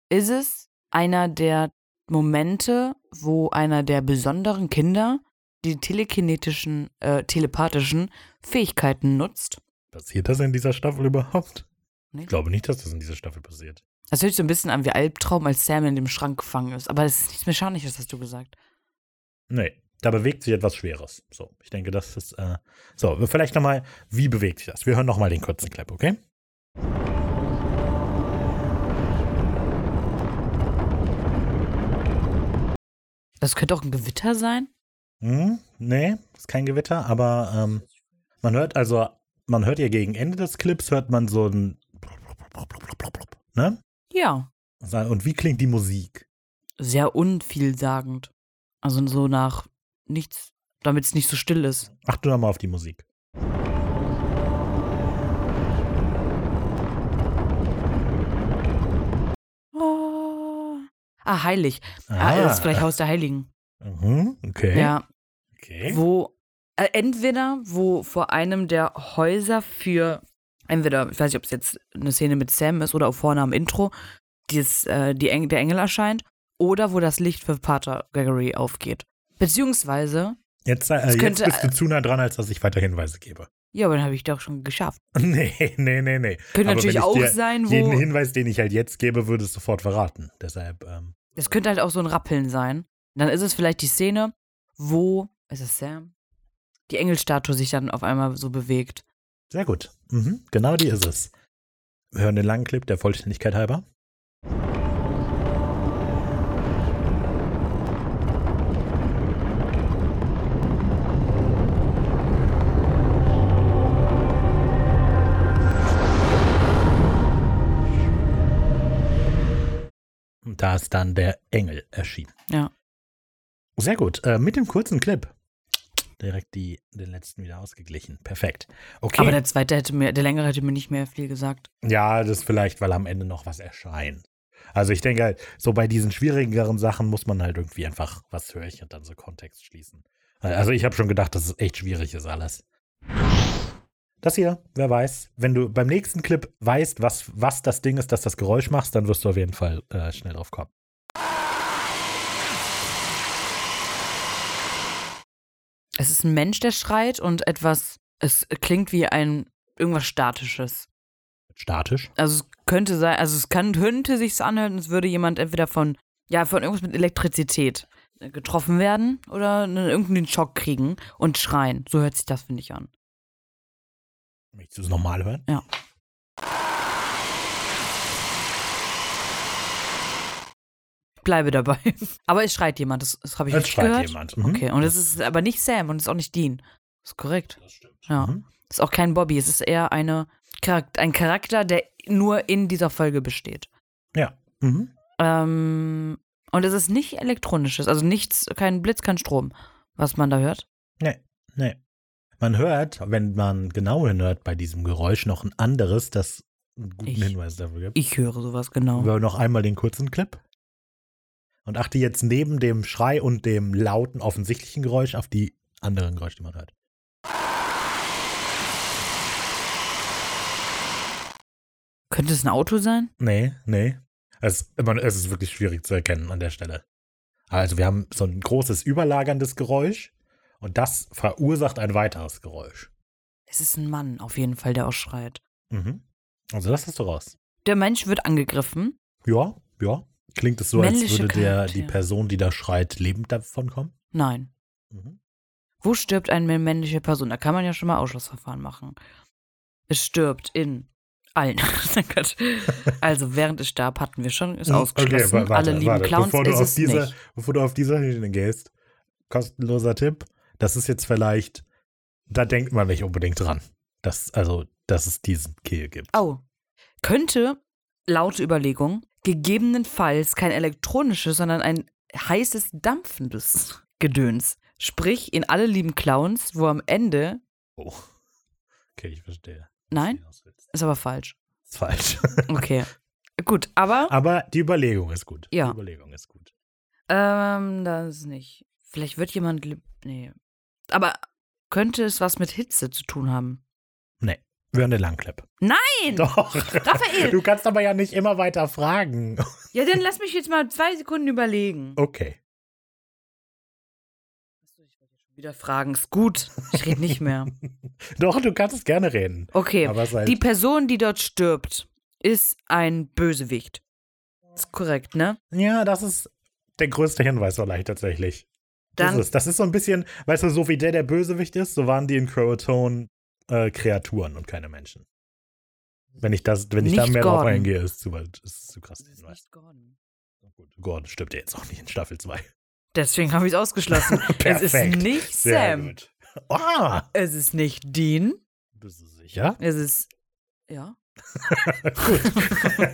Speaker 3: Ist es einer der Momente, wo einer der besonderen Kinder die telekinetischen, äh, telepathischen Fähigkeiten nutzt
Speaker 1: Passiert das in dieser Staffel überhaupt?
Speaker 3: Nee.
Speaker 1: Ich glaube nicht, dass das in dieser Staffel passiert.
Speaker 3: Das hört sich so ein bisschen an wie Albtraum, als Sam in dem Schrank gefangen ist. Aber es ist nichts mehr Schadliches, hast du gesagt.
Speaker 1: Nee, da bewegt sich etwas Schweres. So, ich denke, das ist. Äh, so, vielleicht nochmal, wie bewegt sich das? Wir hören nochmal den kurzen Clip, okay?
Speaker 3: Das könnte auch ein Gewitter sein.
Speaker 1: Hm, nee, ist kein Gewitter, aber ähm, man hört also, man hört ja gegen Ende des Clips, hört man so ein. Ne?
Speaker 3: Ja.
Speaker 1: Und wie klingt die Musik?
Speaker 3: Sehr unvielsagend. Also so nach nichts, damit es nicht so still ist.
Speaker 1: Achte doch mal auf die Musik.
Speaker 3: Oh. Ah, heilig. Ah, das ist vielleicht Haus der Heiligen.
Speaker 1: Mhm, okay.
Speaker 3: Ja.
Speaker 1: okay.
Speaker 3: wo äh, entweder wo vor einem der Häuser für entweder ich weiß nicht, ob es jetzt eine Szene mit Sam ist oder auch vorne am Intro, dieses, äh, die Eng der Engel erscheint oder wo das Licht für Pater Gregory aufgeht. Beziehungsweise,
Speaker 1: Jetzt, äh,
Speaker 3: könnte-
Speaker 1: jetzt bist du zu nah dran, als dass ich weiter Hinweise gebe.
Speaker 3: ja, aber dann habe ich doch schon geschafft.
Speaker 1: Nee, nee, nee, nee.
Speaker 3: Könnte
Speaker 1: Aber
Speaker 3: natürlich
Speaker 1: wenn ich
Speaker 3: auch
Speaker 1: dir
Speaker 3: sein,
Speaker 1: Jeden
Speaker 3: wo
Speaker 1: Hinweis, den ich halt jetzt gebe, würde es sofort verraten. Deshalb, ähm,
Speaker 3: es könnte halt auch so ein Rappeln sein. Dann ist es vielleicht die Szene, wo ist es Sam? Die Engelstatue sich dann auf einmal so bewegt.
Speaker 1: sehr gut. Mhm, genau die ist es. Wir hören den langen Clip, der Vollständigkeit halber. Und da ist dann der Engel erschienen.
Speaker 3: Ja.
Speaker 1: Sehr gut. Äh, mit dem kurzen Clip. Direkt die, den letzten wieder ausgeglichen. Perfekt. Okay.
Speaker 3: Aber der zweite hätte mir, der längere hätte mir nicht mehr viel gesagt.
Speaker 1: Ja, das vielleicht, weil am Ende noch was erscheint. Also ich denke halt, so bei diesen schwierigeren Sachen muss man halt irgendwie einfach, was höre ich und dann so Kontext schließen. Also ich habe schon gedacht, dass es echt schwierig ist alles. Das hier, wer weiß, wenn du beim nächsten Clip weißt, was, was das Ding ist, dass das Geräusch machst, dann wirst du auf jeden Fall äh, schnell drauf kommen.
Speaker 3: Es ist ein Mensch, der schreit und etwas, es klingt wie ein irgendwas Statisches.
Speaker 1: Statisch.
Speaker 3: Also es könnte sein, also es kann, könnte sich so anhören, es würde jemand entweder von, ja, von irgendwas mit Elektrizität äh, getroffen werden oder einen- irgendeinen Schock kriegen und schreien. So hört sich das, finde ich, an.
Speaker 1: Möchtest du es normal hören?
Speaker 3: Ja. Ich bleibe dabei. Aber es schreit jemand, das, das habe ich
Speaker 1: Es
Speaker 3: richtig
Speaker 1: schreit
Speaker 3: gehört.
Speaker 1: jemand. Mhm.
Speaker 3: Okay, und es ist aber nicht Sam und es ist auch nicht Dean. Ist korrekt. Das stimmt. Ja.
Speaker 1: Mhm.
Speaker 3: Ist auch kein Bobby, es ist eher eine Charak ein Charakter, der nur in dieser Folge besteht.
Speaker 1: Ja. Mhm.
Speaker 3: Ähm, und es ist nicht elektronisches, also nichts, kein Blitz, kein Strom, was man da hört.
Speaker 1: Nee. Man hört, wenn man genau hinhört bei diesem Geräusch, noch ein anderes, das einen guten
Speaker 3: Ich-
Speaker 1: Hinweis dafür gibt.
Speaker 3: Ich höre sowas genau.
Speaker 1: Wir hören noch einmal den kurzen Clip. Und achte jetzt neben dem Schrei und dem lauten, offensichtlichen Geräusch auf die anderen Geräusche, die man hört.
Speaker 3: Könnte es ein Auto sein?
Speaker 1: Nee, nee. Es, man, es ist wirklich schwierig zu erkennen an der Stelle. Also wir haben so ein großes überlagerndes Geräusch und das verursacht ein weiteres Geräusch.
Speaker 3: Es ist ein Mann auf jeden Fall, der auch schreit.
Speaker 1: Mhm. Also das hast du raus.
Speaker 3: Der Mensch wird angegriffen.
Speaker 1: Ja, ja. Klingt es so, als
Speaker 3: Männliche
Speaker 1: würde der, die
Speaker 3: Charaktere.
Speaker 1: Person, die da schreit, lebend davon kommen?
Speaker 3: Nein.
Speaker 1: Mhm.
Speaker 3: Wo stirbt eine männliche Person? Da kann man ja schon mal Ausschlussverfahren machen. Es stirbt in allen. Nein, Quatsch. also während es starb, hatten wir schon, ist ausgeschlossen.
Speaker 1: Hm, Mhm. wa-
Speaker 3: Alle lieben Clowns
Speaker 1: bevor du
Speaker 3: ist
Speaker 1: auf
Speaker 3: es
Speaker 1: diese,
Speaker 3: nicht.
Speaker 1: Bevor du auf diese Schiene gehst, kostenloser Tipp, das ist jetzt vielleicht, da denkt man nicht unbedingt dran, dass, also, dass es diesen Kehl gibt.
Speaker 3: Oh. Könnte, laute Überlegung, gegebenenfalls kein elektronisches, sondern ein heißes, dampfendes Gedöns. Sprich, in alle lieben Clowns, wo am Ende,
Speaker 1: Oh. Okay, ich verstehe.
Speaker 3: Nein?
Speaker 1: Das ist
Speaker 3: ist aber falsch.
Speaker 1: falsch.
Speaker 3: Okay. Gut, aber
Speaker 1: Aber die Überlegung ist gut.
Speaker 3: Ja.
Speaker 1: Die Überlegung ist gut.
Speaker 3: ähm, das ist nicht. Vielleicht wird jemand, leb- nee. Aber könnte es was mit Hitze zu tun haben?
Speaker 1: Wir hören den Langclip.
Speaker 3: Nein!
Speaker 1: Doch.
Speaker 3: Raphael!
Speaker 1: Du kannst aber ja nicht immer weiter fragen.
Speaker 3: Ja, dann lass
Speaker 1: Oh.
Speaker 3: mich jetzt mal zwei Sekunden überlegen.
Speaker 1: Okay.
Speaker 3: wieder fragen. Ist gut. Ich rede nicht mehr.
Speaker 1: Doch, du kannst gerne reden.
Speaker 3: Okay.
Speaker 1: Aber halt sei
Speaker 3: Die Person, die dort stirbt, ist ein Bösewicht. Ist korrekt, ne?
Speaker 1: Ja, das ist der größte Hinweis vielleicht tatsächlich. Das
Speaker 3: Dann-
Speaker 1: ist, das ist so ein bisschen, weißt du, so wie der der Bösewicht ist, so waren die in Croatone äh, Kreaturen und keine Menschen. Wenn ich das, wenn ich da
Speaker 3: Nicht
Speaker 1: mehr drauf
Speaker 3: Gordon.
Speaker 1: eingehe, ist zu weit, ist zu krass. der Hinweis.
Speaker 3: Gordon.
Speaker 1: Gut, Gordon stirbt ja jetzt auch nicht in Staffel 2.
Speaker 3: Deswegen habe ich es ausgeschlossen. es ist
Speaker 1: Perfekt.
Speaker 3: nicht
Speaker 1: Sehr
Speaker 3: Sam.
Speaker 1: gut. Ah!
Speaker 3: Es ist nicht Dean.
Speaker 1: Bist du sicher?
Speaker 3: Es ist. Ja.
Speaker 1: gut.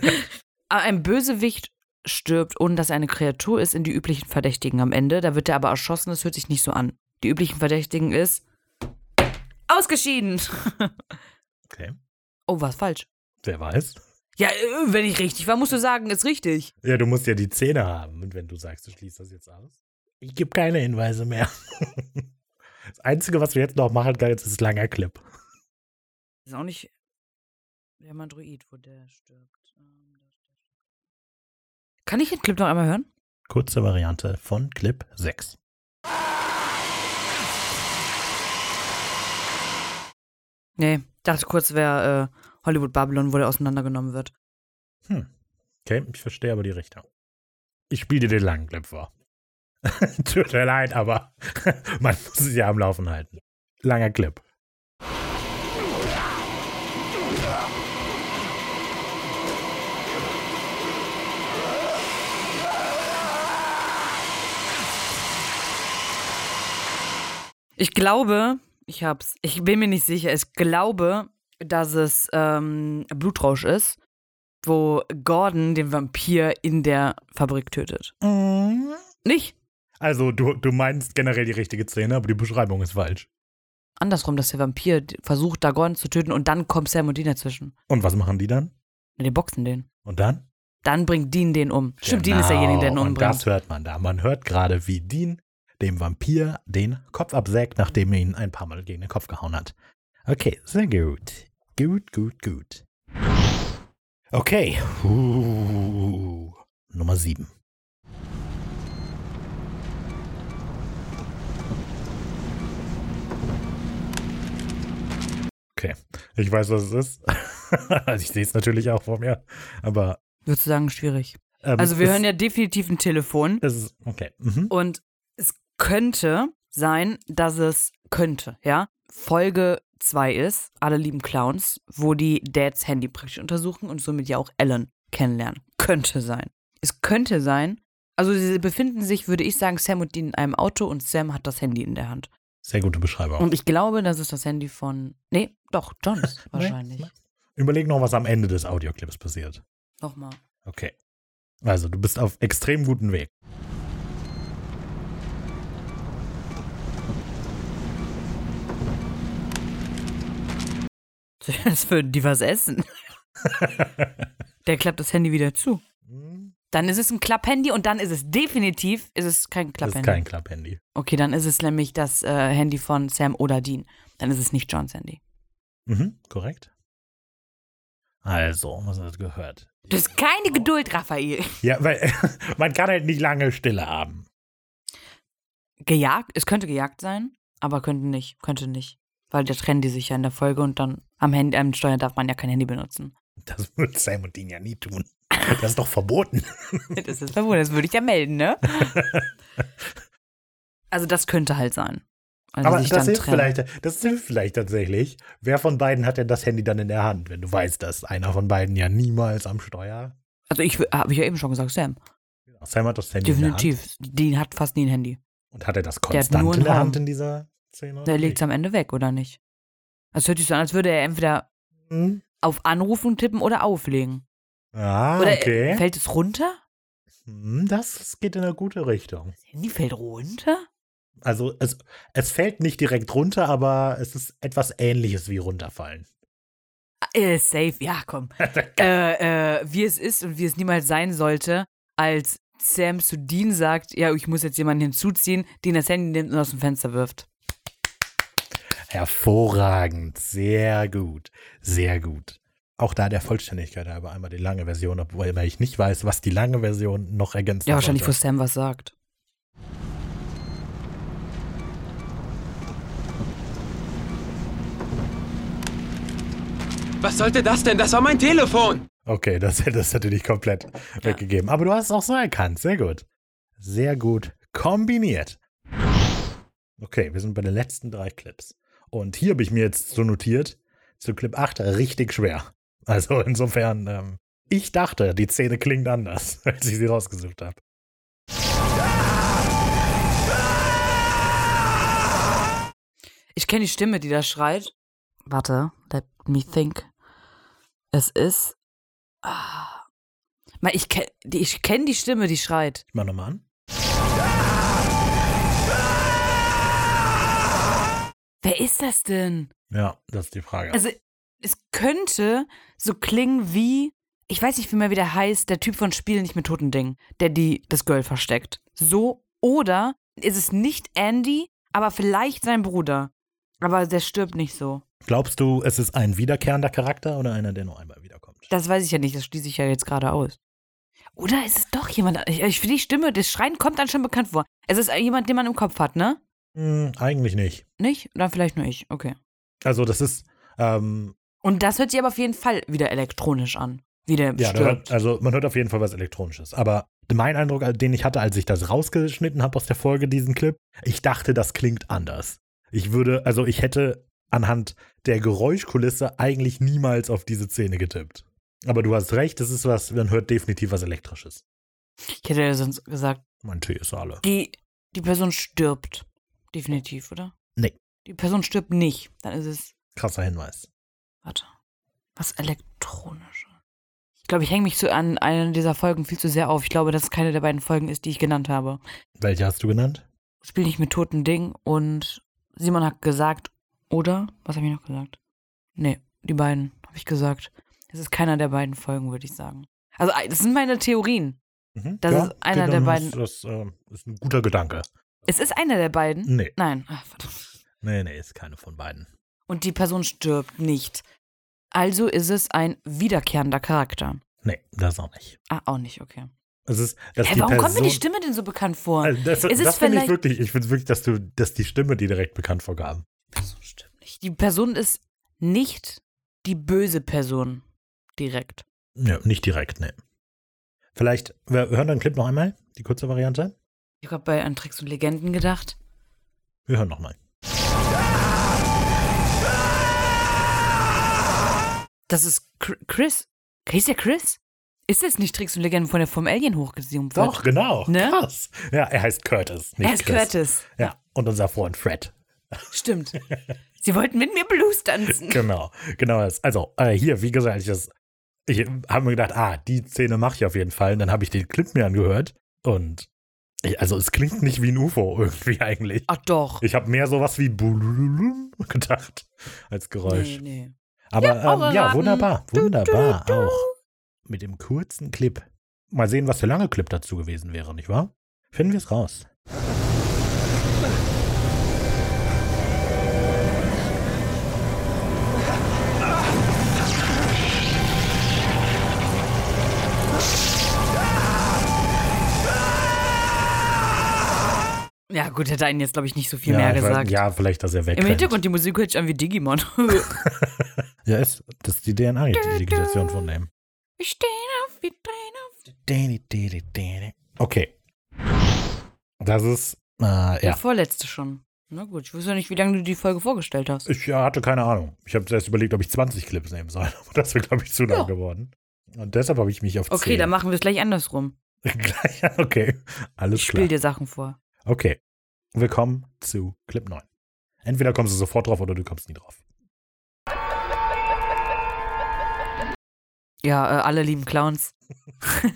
Speaker 3: Aber Ein Bösewicht stirbt, ohne dass er eine Kreatur ist, in die üblichen Verdächtigen am Ende. Da wird er aber erschossen, das hört sich nicht so an. Die üblichen Verdächtigen ist. Ausgeschieden!
Speaker 1: Okay.
Speaker 3: Oh, war falsch.
Speaker 1: Wer weiß?
Speaker 3: Ja, äh, wenn ich richtig war, musst du sagen, ist richtig.
Speaker 1: Ja, du musst ja die Zähne haben. Und wenn du sagst, du schließt das jetzt aus. Ich gebe keine Hinweise mehr. Das Einzige, was wir jetzt noch machen können, ist ein langer Clip.
Speaker 3: Ist auch nicht. Der Mandroid, wo der stirbt. Kann ich den Clip noch einmal hören?
Speaker 1: Kurze Variante von Clip 6.
Speaker 3: Nee, dachte kurz, wäre äh, Hollywood Babylon, wo der auseinandergenommen wird.
Speaker 1: Okay, ich verstehe aber die Richtung. Ich spiele dir den langen Clip vor. Tut mir leid, aber man muss es ja am Laufen halten. Langer Clip.
Speaker 3: Ich glaube, ich hab's. Ich bin mir nicht sicher. Ich glaube, dass es ähm, Blutrausch ist, wo Gordon den Vampir in der Fabrik tötet. Mhm. Nicht?
Speaker 1: Also, du, du meinst generell die richtige Szene, aber die Beschreibung ist falsch.
Speaker 3: Andersrum, dass der Vampir d- versucht, da Gordon zu töten und dann kommt Sam und Dean dazwischen.
Speaker 1: Und was machen die dann?
Speaker 3: Ja, Die boxen den.
Speaker 1: Und dann?
Speaker 3: Dann bringt Dean den um. Stimmt, Dean ist
Speaker 1: Genau,
Speaker 3: derjenige, der ihn
Speaker 1: Und das
Speaker 3: umbringt.
Speaker 1: hört man da. Man hört gerade, wie Dean dem Vampir den Kopf absägt, nachdem er ihn ein paar Mal gegen den Kopf gehauen hat. Okay, sehr gut. Gut, gut, gut. Okay. Uh, Nummer 7. Okay, ich weiß, was es ist. also ich sehe es natürlich auch vor mir, aber
Speaker 3: Würdest du sagen, schwierig.
Speaker 1: ähm,
Speaker 3: Also wir
Speaker 1: es-
Speaker 3: hören ja definitiv ein Telefon.
Speaker 1: das ist, okay. Mhm.
Speaker 3: Und es könnte sein, dass es könnte, ja, Folge 2 ist, alle lieben Clowns, wo die Dads Handy praktisch untersuchen und somit ja auch Ellen kennenlernen. Könnte sein. Es könnte sein. Also sie befinden sich, würde ich sagen, Sam und Dean in einem Auto und Sam hat das Handy in der Hand.
Speaker 1: Sehr gute Beschreibung.
Speaker 3: Und ich glaube, das ist das Handy von, nee, doch, Johns wahrscheinlich.
Speaker 1: nee. Überleg noch, was am Ende des Audioclips passiert.
Speaker 3: Nochmal.
Speaker 1: Okay. Also, du bist auf extrem guten Weg.
Speaker 3: Jetzt würden die was essen. der klappt das Handy wieder zu.
Speaker 1: Hm,
Speaker 3: Dann ist es ein Klapphandy und dann ist es definitiv ist es kein
Speaker 1: Das ist
Speaker 3: Klapphandy.
Speaker 1: kein Klapphandy.
Speaker 3: Okay, dann ist es nämlich das äh, Handy von Sam oder Dean. Dann ist es nicht Johns Handy.
Speaker 1: Mhm, korrekt. Also, was hast du gehört?
Speaker 3: Du hast keine Geduld, Raphael.
Speaker 1: Ja, weil man kann halt nicht lange Stille haben.
Speaker 3: Gejagt? Es könnte gejagt sein, aber könnte nicht. Könnte nicht. Weil da trennen die sich ja in der Folge und dann am Handy, am Steuer darf man ja kein Handy benutzen.
Speaker 1: Das wird Sam und Dean ja nie tun. Das ist doch verboten.
Speaker 3: Das ist verboten, das würde ich ja melden, ne? Also das könnte halt sein. Also
Speaker 1: Aber
Speaker 3: sich
Speaker 1: das
Speaker 3: dann
Speaker 1: hilft,
Speaker 3: trennen.
Speaker 1: vielleicht, das hilft vielleicht tatsächlich. Wer von beiden hat denn das Handy dann in der Hand, wenn du weißt, dass einer von beiden ja niemals am Steuer
Speaker 3: Also ich habe ich ja eben schon gesagt, Sam.
Speaker 1: Sam hat das Handy in der Hand.
Speaker 3: Definitiv. Dean hat fast nie ein Handy.
Speaker 1: Und hat er das
Speaker 3: hat
Speaker 1: konstant
Speaker 3: nur einen
Speaker 1: in der
Speaker 3: Raum.
Speaker 1: Hand in dieser Szene?
Speaker 3: Der legt es am Ende weg, oder nicht? Das hört sich so an, als würde er entweder
Speaker 1: Hm?
Speaker 3: auf Anrufen tippen oder auflegen.
Speaker 1: Ah,
Speaker 3: Oder äh,
Speaker 1: okay.
Speaker 3: fällt es runter?
Speaker 1: Hm, Das geht in eine gute Richtung.
Speaker 3: Das Handy fällt runter?
Speaker 1: Also es, es fällt nicht direkt runter, aber es ist etwas ähnliches wie runterfallen.
Speaker 3: Ah, Äh, safe, ja, komm. äh, äh, wie es ist und wie es niemals sein sollte, als Sam zu Dean sagt, ja, ich muss jetzt jemanden hinzuziehen, den das Handy nimmt und aus dem Fenster wirft.
Speaker 1: Hervorragend. Sehr gut. Sehr gut. Auch da der Vollständigkeit halber einmal die lange Version, obwohl weil ich nicht weiß, was die lange Version noch ergänzt
Speaker 3: Ja, wahrscheinlich, wo
Speaker 1: sollte.
Speaker 3: Sam was sagt.
Speaker 6: Was sollte das denn? Das war mein Telefon.
Speaker 1: Okay, das, das hätte dich komplett weggegeben. Aber du hast es auch so erkannt. Sehr gut. Sehr gut kombiniert. Okay, wir sind bei den letzten drei Clips. Und hier habe ich mir jetzt so notiert, zu Clip 8 richtig schwer. Also insofern, ähm, ich dachte, die Szene klingt anders, als ich sie rausgesucht habe.
Speaker 3: Ich kenne die Stimme, die da schreit. Warte, let me think. Es ist. Ah. Man, Ich kenne ich kenn die Stimme, die schreit.
Speaker 1: Ich mach nochmal an.
Speaker 3: Wer ist das denn?
Speaker 1: Ja, das ist die Frage.
Speaker 3: Also, es könnte so klingen wie. Ich weiß nicht, wie mehr wie der heißt, der Typ von Spielen nicht mit toten Dingen, der die, das Girl versteckt. So, oder ist es nicht Andy, aber vielleicht sein Bruder. Aber der stirbt nicht so.
Speaker 1: Glaubst du, es ist ein wiederkehrender Charakter oder einer, der nur einmal wiederkommt?
Speaker 3: Das weiß ich ja nicht, das schließe ich ja jetzt gerade aus. Oder ist es doch jemand, ich, ich finde die Stimme, das Schreien kommt dann schon bekannt vor. Es ist jemand, den man im Kopf hat, ne?
Speaker 1: Hm, eigentlich nicht.
Speaker 3: Nicht? Dann vielleicht nur ich, okay.
Speaker 1: Also das ist, ähm,
Speaker 3: Und das hört sich aber auf jeden Fall wieder elektronisch an. Wie der
Speaker 1: ja, da
Speaker 3: stirbt.
Speaker 1: hört, also man hört auf jeden Fall was Elektronisches. Aber mein Eindruck, den ich hatte, als ich das rausgeschnitten habe aus der Folge, diesen Clip, ich dachte, das klingt anders. Ich würde, also ich hätte anhand der Geräuschkulisse eigentlich niemals auf diese Szene getippt. Aber du hast recht, es ist was, man hört definitiv was Elektrisches. äh,
Speaker 3: Ich hätte ja sonst gesagt,
Speaker 1: Mein Tee ist alle.
Speaker 3: die, die Person stirbt. Definitiv, oder?
Speaker 1: Nee.
Speaker 3: Die Person stirbt nicht. Dann ist es,
Speaker 1: Krasser Hinweis.
Speaker 3: warte, was elektronisches. Ich glaube, ich hänge mich zu, an einer dieser Folgen viel zu sehr auf. Ich glaube, dass es keine der beiden Folgen ist, die ich genannt habe.
Speaker 1: Welche hast du genannt?
Speaker 3: spiel nicht mit toten Ding und Simon hat gesagt, oder? Was habe ich noch gesagt? Nee, die beiden, habe ich gesagt. Es ist keiner der beiden Folgen, würde ich sagen. Also, äh, das sind meine Theorien.
Speaker 1: Mhm.
Speaker 3: Das ist einer
Speaker 1: okay,
Speaker 3: der
Speaker 1: dann
Speaker 3: beiden.
Speaker 1: Ist, das ähm, ist ein guter Gedanke.
Speaker 3: Es ist einer der beiden?
Speaker 1: Nee.
Speaker 3: Nein. Ach, verdammt.
Speaker 1: Nee, nee, ist keine von beiden.
Speaker 3: Und die Person stirbt nicht. Also ist es ein wiederkehrender Charakter.
Speaker 1: Nee, das auch nicht.
Speaker 3: Ah, auch nicht, okay.
Speaker 1: Es ist, dass
Speaker 3: Hä,
Speaker 1: die
Speaker 3: warum
Speaker 1: Person,
Speaker 3: kommt mir die Stimme denn so bekannt vor?
Speaker 1: Also das
Speaker 3: Ist es
Speaker 1: das finde ich
Speaker 3: vielleicht-
Speaker 1: wirklich, ich finde wirklich, dass du, dass die Stimme dir direkt bekannt vorkam.
Speaker 3: Person stirbt nicht. Die Person ist nicht die böse Person direkt.
Speaker 1: Ja, nicht direkt, ne. Vielleicht, wir hören den Clip noch einmal, die kurze Variante.
Speaker 3: Ich habe bei an Tricks und Legenden gedacht.
Speaker 1: Wir hören nochmal.
Speaker 3: Das ist Chr- Chris. Hieß der Chris? Ist das nicht Tricks und Legenden von der vom Alien hochgezoomt? wird?
Speaker 1: Doch, genau.
Speaker 3: Ne?
Speaker 1: Krass. Ja, er heißt Curtis. Nicht
Speaker 3: Er ist
Speaker 1: Chris.
Speaker 3: Curtis.
Speaker 1: Ja, und unser Freund Fred.
Speaker 3: Stimmt. Sie wollten mit mir Blues tanzen.
Speaker 1: Genau, genau das. Also, äh, hier, wie gesagt, ich, das- ich habe mir gedacht, ah, die Szene mache ich auf jeden Fall. Und dann habe ich den Clip mir angehört. Und ich, also, es klingt nicht wie ein UFO irgendwie eigentlich.
Speaker 3: Ach doch.
Speaker 1: Ich habe mehr sowas wie Bulululum gedacht als Geräusch.
Speaker 3: Nee, nee.
Speaker 1: Aber
Speaker 3: Ja,
Speaker 1: ja, ähm, ja
Speaker 3: Ohrraten.
Speaker 1: wunderbar,
Speaker 3: du,
Speaker 1: wunderbar
Speaker 3: du.
Speaker 1: auch. Mit dem kurzen Clip. Mal sehen, was der lange Clip dazu gewesen wäre, nicht wahr? Finden wir es raus.
Speaker 3: Ja, gut, hätte einen jetzt, glaube ich, nicht so viel
Speaker 1: ja,
Speaker 3: mehr
Speaker 1: ich weiß-
Speaker 3: gesagt.
Speaker 1: ja, vielleicht, dass er weg
Speaker 3: Im Hintergrund die Musik hört sich an wie Digimon.
Speaker 1: Ja, ist, das ist die DNA-Digitation von dem.
Speaker 3: ich stehe auf wie Trainer.
Speaker 1: Okay. Das ist, äh,
Speaker 3: Der
Speaker 1: ja.
Speaker 3: vorletzte schon. Na gut, ich wusste ja nicht, wie lange du die Folge vorgestellt hast.
Speaker 1: Ich ja, hatte keine Ahnung. Ich habe erst überlegt, ob ich 20 Clips nehmen soll. Aber das wäre, glaube ich, zu lang
Speaker 3: Ja.
Speaker 1: geworden. Und deshalb habe ich mich auf 10.
Speaker 3: Okay, dann machen wir es gleich andersrum.
Speaker 1: Gleich, okay. Alles
Speaker 3: Ich
Speaker 1: klar.
Speaker 3: spiele dir Sachen vor.
Speaker 1: Okay. Wir kommen zu Clip 9. Entweder kommst du sofort drauf oder du kommst nie drauf.
Speaker 3: Ja, äh, alle lieben Clowns.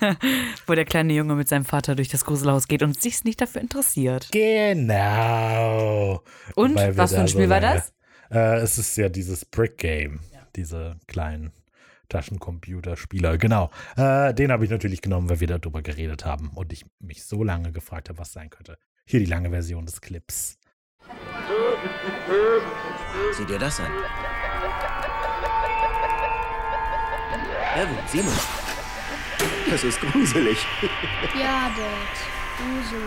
Speaker 3: Wo der kleine Junge mit seinem Vater durch das Gruselhaus geht und sich's nicht dafür interessiert.
Speaker 1: Genau.
Speaker 3: Und
Speaker 1: Weil wir
Speaker 3: was für
Speaker 1: da
Speaker 3: ein
Speaker 1: so
Speaker 3: Spiel war
Speaker 1: lange-
Speaker 3: das?
Speaker 1: Äh, es ist ja dieses Brick Game. Diese kleinen Taschencomputerspieler. Genau. Äh, den habe ich natürlich genommen, weil wir darüber geredet haben und ich mich so lange gefragt habe, was sein könnte. Hier die lange Version des Clips.
Speaker 7: Sieh dir das an. Erwin, Simon.
Speaker 6: Das ist gruselig.
Speaker 8: Ja, Dad. Gruselig.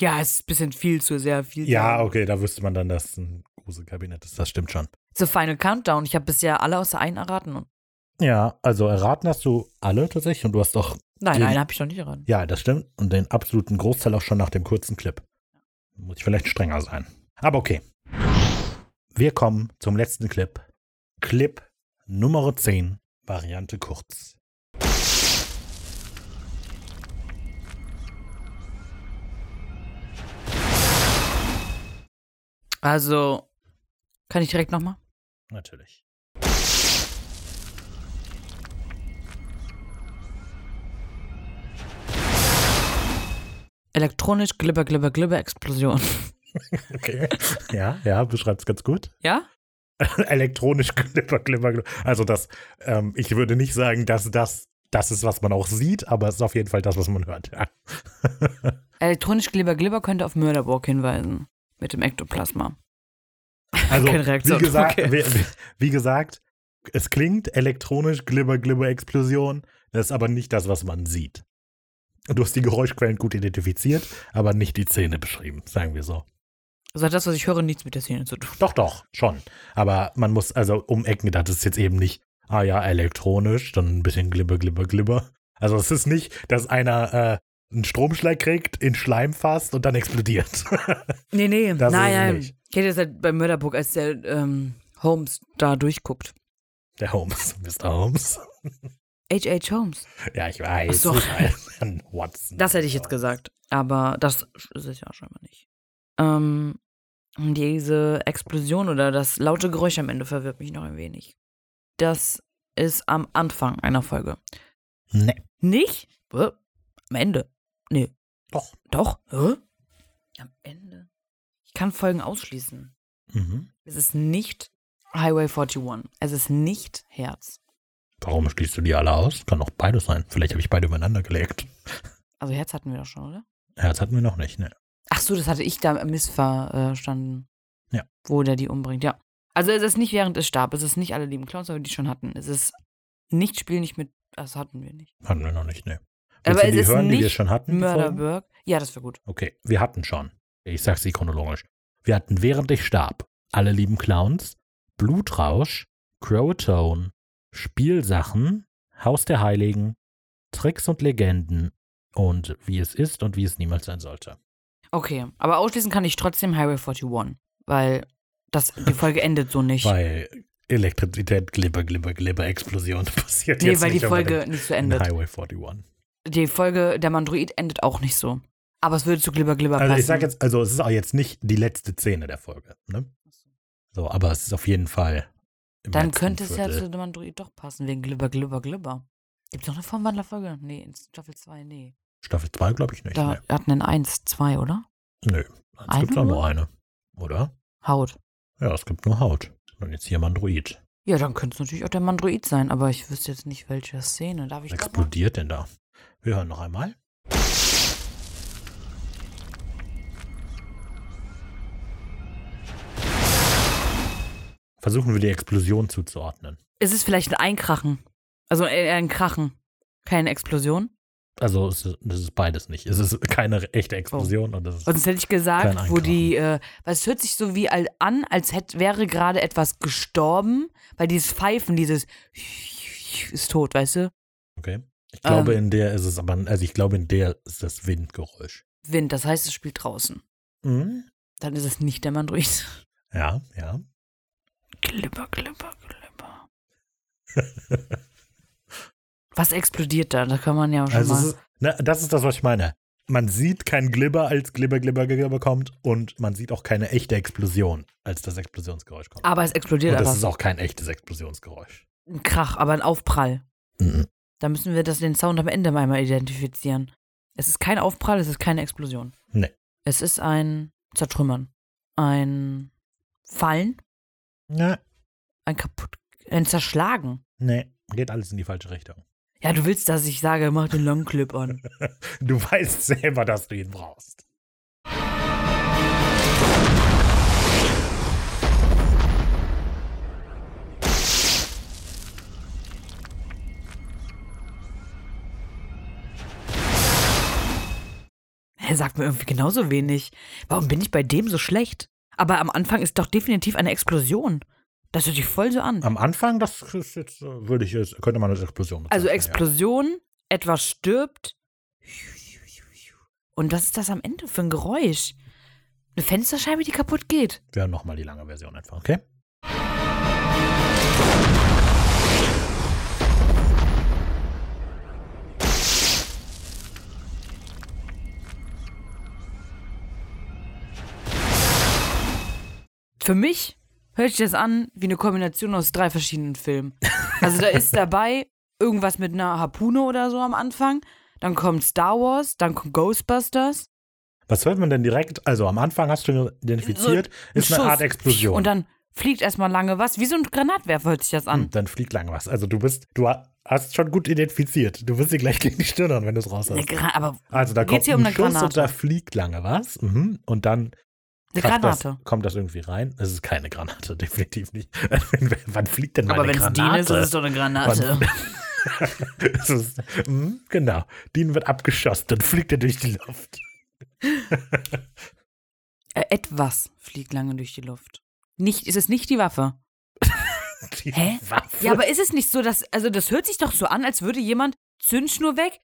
Speaker 3: Ja, es ist ein bisschen viel zu sehr viel.
Speaker 1: Ja,
Speaker 3: zu-
Speaker 1: okay, da wüsste man dann, dass ein großes Kabinett ist. Das stimmt schon.
Speaker 3: The Final Countdown. Ich habe bisher alle außer einen erraten. Und
Speaker 1: Ja, also erraten hast du alle tatsächlich und du hast doch,
Speaker 3: nein,
Speaker 1: Den-
Speaker 3: einen habe ich noch nicht erraten.
Speaker 1: ja, das stimmt, und den absoluten Großteil auch schon nach dem kurzen Clip. Muss ich vielleicht strenger sein. Aber okay. Wir kommen zum letzten Clip. Clip Nummer 10, Variante kurz.
Speaker 3: Also, kann ich direkt nochmal?
Speaker 1: Natürlich.
Speaker 3: Elektronisch, Glibber, Glibber, Glibber, Explosion.
Speaker 1: Okay. ja, ja, beschreibt's ganz gut.
Speaker 3: Ja?
Speaker 1: elektronisch glipper, glipper, glipper. Also das, ähm, ich würde nicht sagen, dass das das ist, was man auch sieht, aber es ist auf jeden Fall das, was man hört. Ja.
Speaker 3: Elektronisch, Glibber, Glibber könnte auf Murderwalk hinweisen. Mit dem Ektoplasma.
Speaker 1: Also
Speaker 3: Keine Reaktion,
Speaker 1: wie gesagt,
Speaker 3: okay.
Speaker 1: wie, wie, wie gesagt, es klingt elektronisch glibber, glibber, Explosion. Das ist aber nicht das, was man sieht. Du hast die Geräuschquellen gut identifiziert, aber nicht die Szene beschrieben, sagen wir so.
Speaker 3: Also hat das, was ich höre, nichts mit der Szene zu tun.
Speaker 1: Doch, doch, schon. Aber man muss also umecken, das ist jetzt eben nicht, ah ja, elektronisch, dann ein bisschen glibber, glibber, glibber. Also es ist nicht, dass einer äh, einen Stromschlag kriegt, in Schleim fasst und dann explodiert.
Speaker 3: Nee, nee.
Speaker 1: Das ist es
Speaker 3: nein, nein.
Speaker 1: nicht.
Speaker 3: Ich hätte jetzt halt bei Murderwalk, als der ähm, Holmes da durchguckt.
Speaker 1: Der Holmes, Mr. Holmes.
Speaker 3: H.H. Holmes.
Speaker 1: Ja, ich weiß.
Speaker 3: Ach so.
Speaker 1: ich weiß. Herrn Watson.
Speaker 3: Das hätte ich jetzt gesagt. Aber das ist es ja scheinbar nicht. Ähm, diese Explosion oder das laute Geräusch am Ende verwirrt mich noch ein wenig. Das ist am Anfang einer Folge.
Speaker 1: Nee.
Speaker 3: Nicht? Äh, Am Ende. Nee.
Speaker 1: Doch.
Speaker 3: Doch? Hä? Am Ende. Ich kann Folgen ausschließen.
Speaker 1: Mhm.
Speaker 3: Es ist nicht Highway 41. Es ist nicht Herz.
Speaker 1: Warum schließt du die alle aus? Kann auch beides sein. Vielleicht habe ich beide übereinander gelegt.
Speaker 3: Also Herz hatten wir doch schon, oder?
Speaker 1: Herz hatten wir noch nicht, ne?
Speaker 3: Ach so, das hatte ich da missverstanden.
Speaker 1: Ja.
Speaker 3: Wo der die umbringt, ja. Also es ist nicht während es starb, es ist nicht alle lieben Clowns, aber die schon hatten. Es ist nicht Spiel nicht mit, das hatten wir nicht.
Speaker 1: Hatten wir noch nicht, ne? Willst
Speaker 3: Aber
Speaker 1: du
Speaker 3: es
Speaker 1: die
Speaker 3: ist
Speaker 1: hören, die wir
Speaker 3: nicht
Speaker 1: schon hatten? die Folgen?
Speaker 3: Murderberg. Ja, das wäre gut.
Speaker 1: Okay, wir hatten schon. Ich sag's sie chronologisch. Wir hatten Während ich starb, Alle lieben Clowns, Blutrausch, Crowtone, Spielsachen, Haus der Heiligen, Tricks und Legenden und wie es ist und wie es niemals sein sollte.
Speaker 3: Okay, aber ausschließen kann ich trotzdem Highway 41, weil das, die Folge endet so nicht.
Speaker 1: Bei Elektrizität, Glibber, Glibber, Glibber, Explosion passiert
Speaker 3: nee,
Speaker 1: jetzt
Speaker 3: weil die
Speaker 1: nicht
Speaker 3: Folge
Speaker 1: unbedingt
Speaker 3: nicht so
Speaker 1: in
Speaker 3: endet.
Speaker 1: Highway 41.
Speaker 3: Die Folge der Mandroid endet auch nicht so. Aber es würde zu Glibber Glibber
Speaker 1: Also
Speaker 3: passen.
Speaker 1: ich sag jetzt, also es ist auch jetzt nicht die letzte Szene der Folge, ne? So, aber es ist auf jeden Fall. im
Speaker 3: Dann
Speaker 1: letzten
Speaker 3: könnte es ja
Speaker 1: Viertel.
Speaker 3: zu dem Android doch passen, wegen Glibber, Glibber, Glibber. Gibt es noch eine Formwandlerfolge? Nee, in Staffel 2, nee.
Speaker 1: Staffel 2, glaube ich nicht.
Speaker 3: Da
Speaker 1: ne?
Speaker 3: wir hatten in 1, 2, oder?
Speaker 1: Nö, es
Speaker 3: Eine
Speaker 1: gibt auch nur
Speaker 3: nur?
Speaker 1: eine, oder?
Speaker 3: Haut.
Speaker 1: Ja, es gibt nur Haut. Und jetzt hier Mandroid.
Speaker 3: Ja, dann könnte es natürlich auch der Mandroid sein, aber ich wüsste jetzt nicht, welche Szene. Darf ich
Speaker 1: Was
Speaker 3: das mal?
Speaker 1: explodiert denn da? Wir hören noch einmal. Versuchen wir die Explosion zuzuordnen.
Speaker 3: Ist es vielleicht ein Einkrachen? Also äh, ein Krachen. Keine Explosion?
Speaker 1: Also es ist, das ist beides nicht. Es ist keine
Speaker 3: Oh.
Speaker 1: echte Explosion und es ist
Speaker 3: Sonst hätte ich
Speaker 1: Kein
Speaker 3: gesagt,
Speaker 1: Einkrachen.
Speaker 3: wo die, äh, weil es hört sich so wie all an, als hätte, wäre gerade etwas gestorben, weil dieses Pfeifen, dieses ist tot, weißt du?
Speaker 1: okay. Ich glaube
Speaker 3: Ähm.
Speaker 1: in der ist es aber also ich glaube in der ist das Windgeräusch.
Speaker 3: Wind, das heißt, es spielt draußen.
Speaker 1: Mhm.
Speaker 3: Dann ist es nicht der Mandroid.
Speaker 1: Ja, ja.
Speaker 3: Glibber, glibber, glibber. Was explodiert da? Da kann man ja schon
Speaker 1: Also es
Speaker 3: mal.
Speaker 1: ist, ne, das ist das, was ich meine. Man sieht kein Glibber, als Glibber, Glibber, Glibber kommt und man sieht auch keine echte Explosion, als das Explosionsgeräusch kommt.
Speaker 3: aber es explodiert
Speaker 1: und Oh, das
Speaker 3: einfach.
Speaker 1: ist auch kein echtes Explosionsgeräusch.
Speaker 3: Ein Krach, aber ein Aufprall.
Speaker 1: Mhm.
Speaker 3: Da müssen wir das, den Sound am Ende einmal identifizieren. Es ist kein Aufprall, es ist keine Explosion.
Speaker 1: Nee.
Speaker 3: Es ist ein Zertrümmern. Ein Fallen,
Speaker 1: Ja,
Speaker 3: ein kaputt, ein Zerschlagen.
Speaker 1: nee, geht alles in die falsche Richtung.
Speaker 3: Ja, du willst, dass ich sage, mach den Long Clip an.
Speaker 1: Du weißt selber, dass du ihn brauchst.
Speaker 3: Er sagt mir irgendwie genauso wenig. Warum bin ich bei dem so schlecht? Aber am Anfang ist doch definitiv eine Explosion. Das hört sich voll so an.
Speaker 1: Am Anfang, das ist jetzt, äh, würde ich, es- könnte man als Explosion bezeichnen.
Speaker 3: Also Explosion, etwas stirbt. Und was ist das am Ende für ein Geräusch? Eine Fensterscheibe, die kaputt geht.
Speaker 1: Ja. Wir hören nochmal die lange Version einfach, okay?
Speaker 3: Für mich hört sich das an wie eine Kombination aus drei verschiedenen Filmen. Also da ist dabei irgendwas mit einer Harpune oder so am Anfang. Dann kommt Star Wars, dann kommt Ghostbusters.
Speaker 1: Was hört man denn direkt? Also am Anfang hast du identifiziert,
Speaker 3: Ein
Speaker 1: ist eine
Speaker 3: Schuss.
Speaker 1: Art Explosion.
Speaker 3: Und dann fliegt erstmal lange was. Wie so ein Granatwerfer hört sich das an.
Speaker 1: Hm, dann fliegt lang was. Also du bist, du ha- hast schon gut identifiziert. Du wirst dir gleich gegen die Stirn hauen, wenn du es raus
Speaker 3: Eine
Speaker 1: hast.
Speaker 3: Gra aber
Speaker 1: Also da
Speaker 3: Geht's
Speaker 1: kommt
Speaker 3: hier um
Speaker 1: ein
Speaker 3: eine
Speaker 1: Schuss
Speaker 3: Granate?
Speaker 1: und da fliegt lange was. Mhm. Und dann
Speaker 3: eine
Speaker 1: schafft das,
Speaker 3: Granate.
Speaker 1: kommt das irgendwie rein. Es ist keine Granate, definitiv nicht. Wann fliegt denn mal
Speaker 3: Aber
Speaker 1: eine
Speaker 3: wenn es
Speaker 1: Granate?
Speaker 3: Dean ist, ist es doch eine Granate.
Speaker 1: Wann- es ist, mhm, genau. Dean wird abgeschossen, dann fliegt er durch die Luft.
Speaker 3: Äh, etwas fliegt lange durch die Luft. Nicht, ist es nicht die Waffe?
Speaker 1: Die
Speaker 3: Hä?
Speaker 1: Waffe.
Speaker 3: Ja, aber ist es nicht so, dass, also das hört sich doch so an, als würde jemand Zündschnur weg,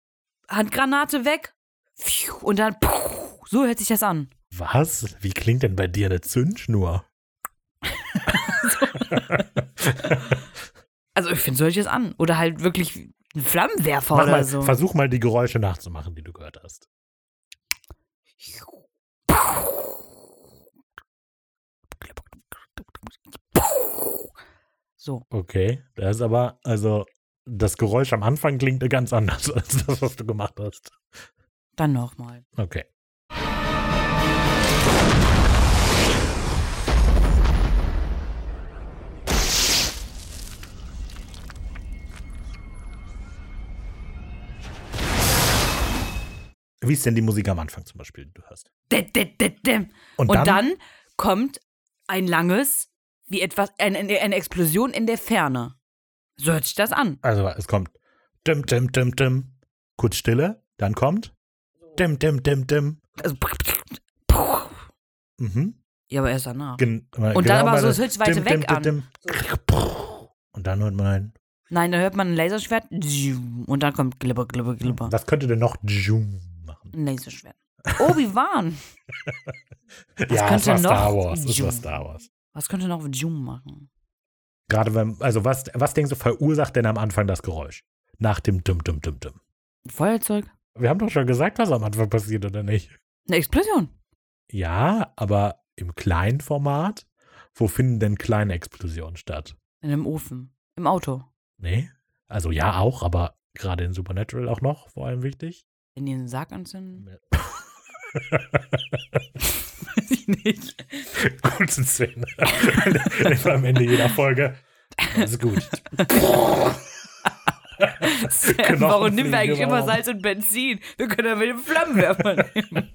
Speaker 3: Handgranate weg, pfiuh, und dann, puh, so hört sich das an.
Speaker 1: Was? Wie klingt denn bei dir eine Zündschnur?
Speaker 3: Also ich finde, so hört sich das an. Oder halt wirklich ein Flammenwerfer
Speaker 1: Mach
Speaker 3: oder
Speaker 1: mal,
Speaker 3: so.
Speaker 1: Versuch mal die Geräusche nachzumachen, die du gehört hast.
Speaker 3: So.
Speaker 1: Okay, das ist aber, also das Geräusch am Anfang klingt ganz anders als das, was du gemacht hast.
Speaker 3: Dann nochmal.
Speaker 1: Okay. Wie ist denn die Musik am Anfang zum Beispiel, die du hörst?
Speaker 3: Dä- dä- dä- dä. Und dann, kommt ein langes, wie etwas, ein, ein, eine Explosion in der Ferne. So hört sich das an.
Speaker 1: Also es kommt dim, dim, dim, dim. Kurz Stille, dann kommt dim, dim, dim, dim.
Speaker 3: Also,
Speaker 1: Mhm.
Speaker 3: ja, aber erst danach.
Speaker 1: Gen genau
Speaker 3: Und dann aber so, es hört sich weiter weg an.
Speaker 1: an. Und dann hört man ein.
Speaker 3: Nein, da hört man ein Laserschwert und dann kommt glibber, glibber, glibber.
Speaker 1: Was könnte denn noch Zoom machen?
Speaker 3: Ein Laserschwert. Obi-Wan.
Speaker 1: ja, es
Speaker 3: könnte
Speaker 1: war Star
Speaker 3: noch
Speaker 1: Wars. Es war
Speaker 3: Zoom?
Speaker 1: Star Wars.
Speaker 3: Was könnte noch Zoom machen?
Speaker 1: Gerade wenn, also was, was denkst du, verursacht denn am Anfang das Geräusch? Nach dem Dum Dum Dum Dum.
Speaker 3: Ein Feuerzeug?
Speaker 1: Wir haben doch schon gesagt, was am Anfang passiert, oder nicht?
Speaker 3: Eine Explosion.
Speaker 1: Ja, aber im kleinen Format, wo finden denn kleine Explosionen statt?
Speaker 3: In einem Ofen. Im Auto.
Speaker 1: Nee? Also ja auch, aber gerade in Supernatural auch noch, vor allem wichtig.
Speaker 3: In den Sarg anzünden?
Speaker 1: Weiß ich nicht. Gute Szene. Immer am Ende jeder Folge. Das ist gut. Knochen
Speaker 3: Warum nehmen wir eigentlich
Speaker 1: fliegen
Speaker 3: immer
Speaker 1: überhaupt.
Speaker 3: Salz und Benzin? Wir können ja mit dem Flammenwerfer nehmen.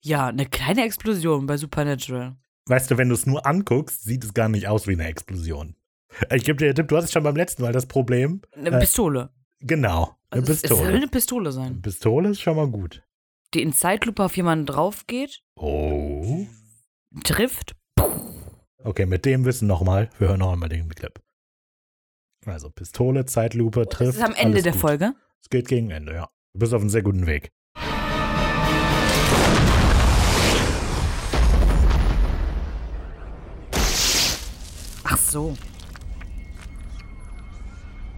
Speaker 3: ja, eine kleine Explosion bei Supernatural.
Speaker 1: Weißt du, wenn du es nur anguckst, sieht es gar nicht aus wie eine Explosion. Ich gebe dir den Tipp, du hattest schon beim letzten Mal das Problem.
Speaker 3: Eine
Speaker 1: Äh,
Speaker 3: Pistole.
Speaker 1: Genau, eine
Speaker 3: Also es- Es soll
Speaker 1: Pistole.
Speaker 3: eine Pistole sein,
Speaker 1: Pistole ist schon mal gut.
Speaker 3: die in Zeitlupe auf jemanden drauf geht,
Speaker 1: Oh.
Speaker 3: trifft.
Speaker 1: Okay, mit dem Wissen nochmal. Wir hören noch einmal den Clip. Also Pistole, Zeitlupe,
Speaker 3: Das
Speaker 1: trifft.
Speaker 3: ist am Ende
Speaker 1: alles
Speaker 3: der
Speaker 1: gut.
Speaker 3: Folge.
Speaker 1: Es geht gegen Ende, ja. Du bist auf einem sehr guten Weg.
Speaker 3: Ach so.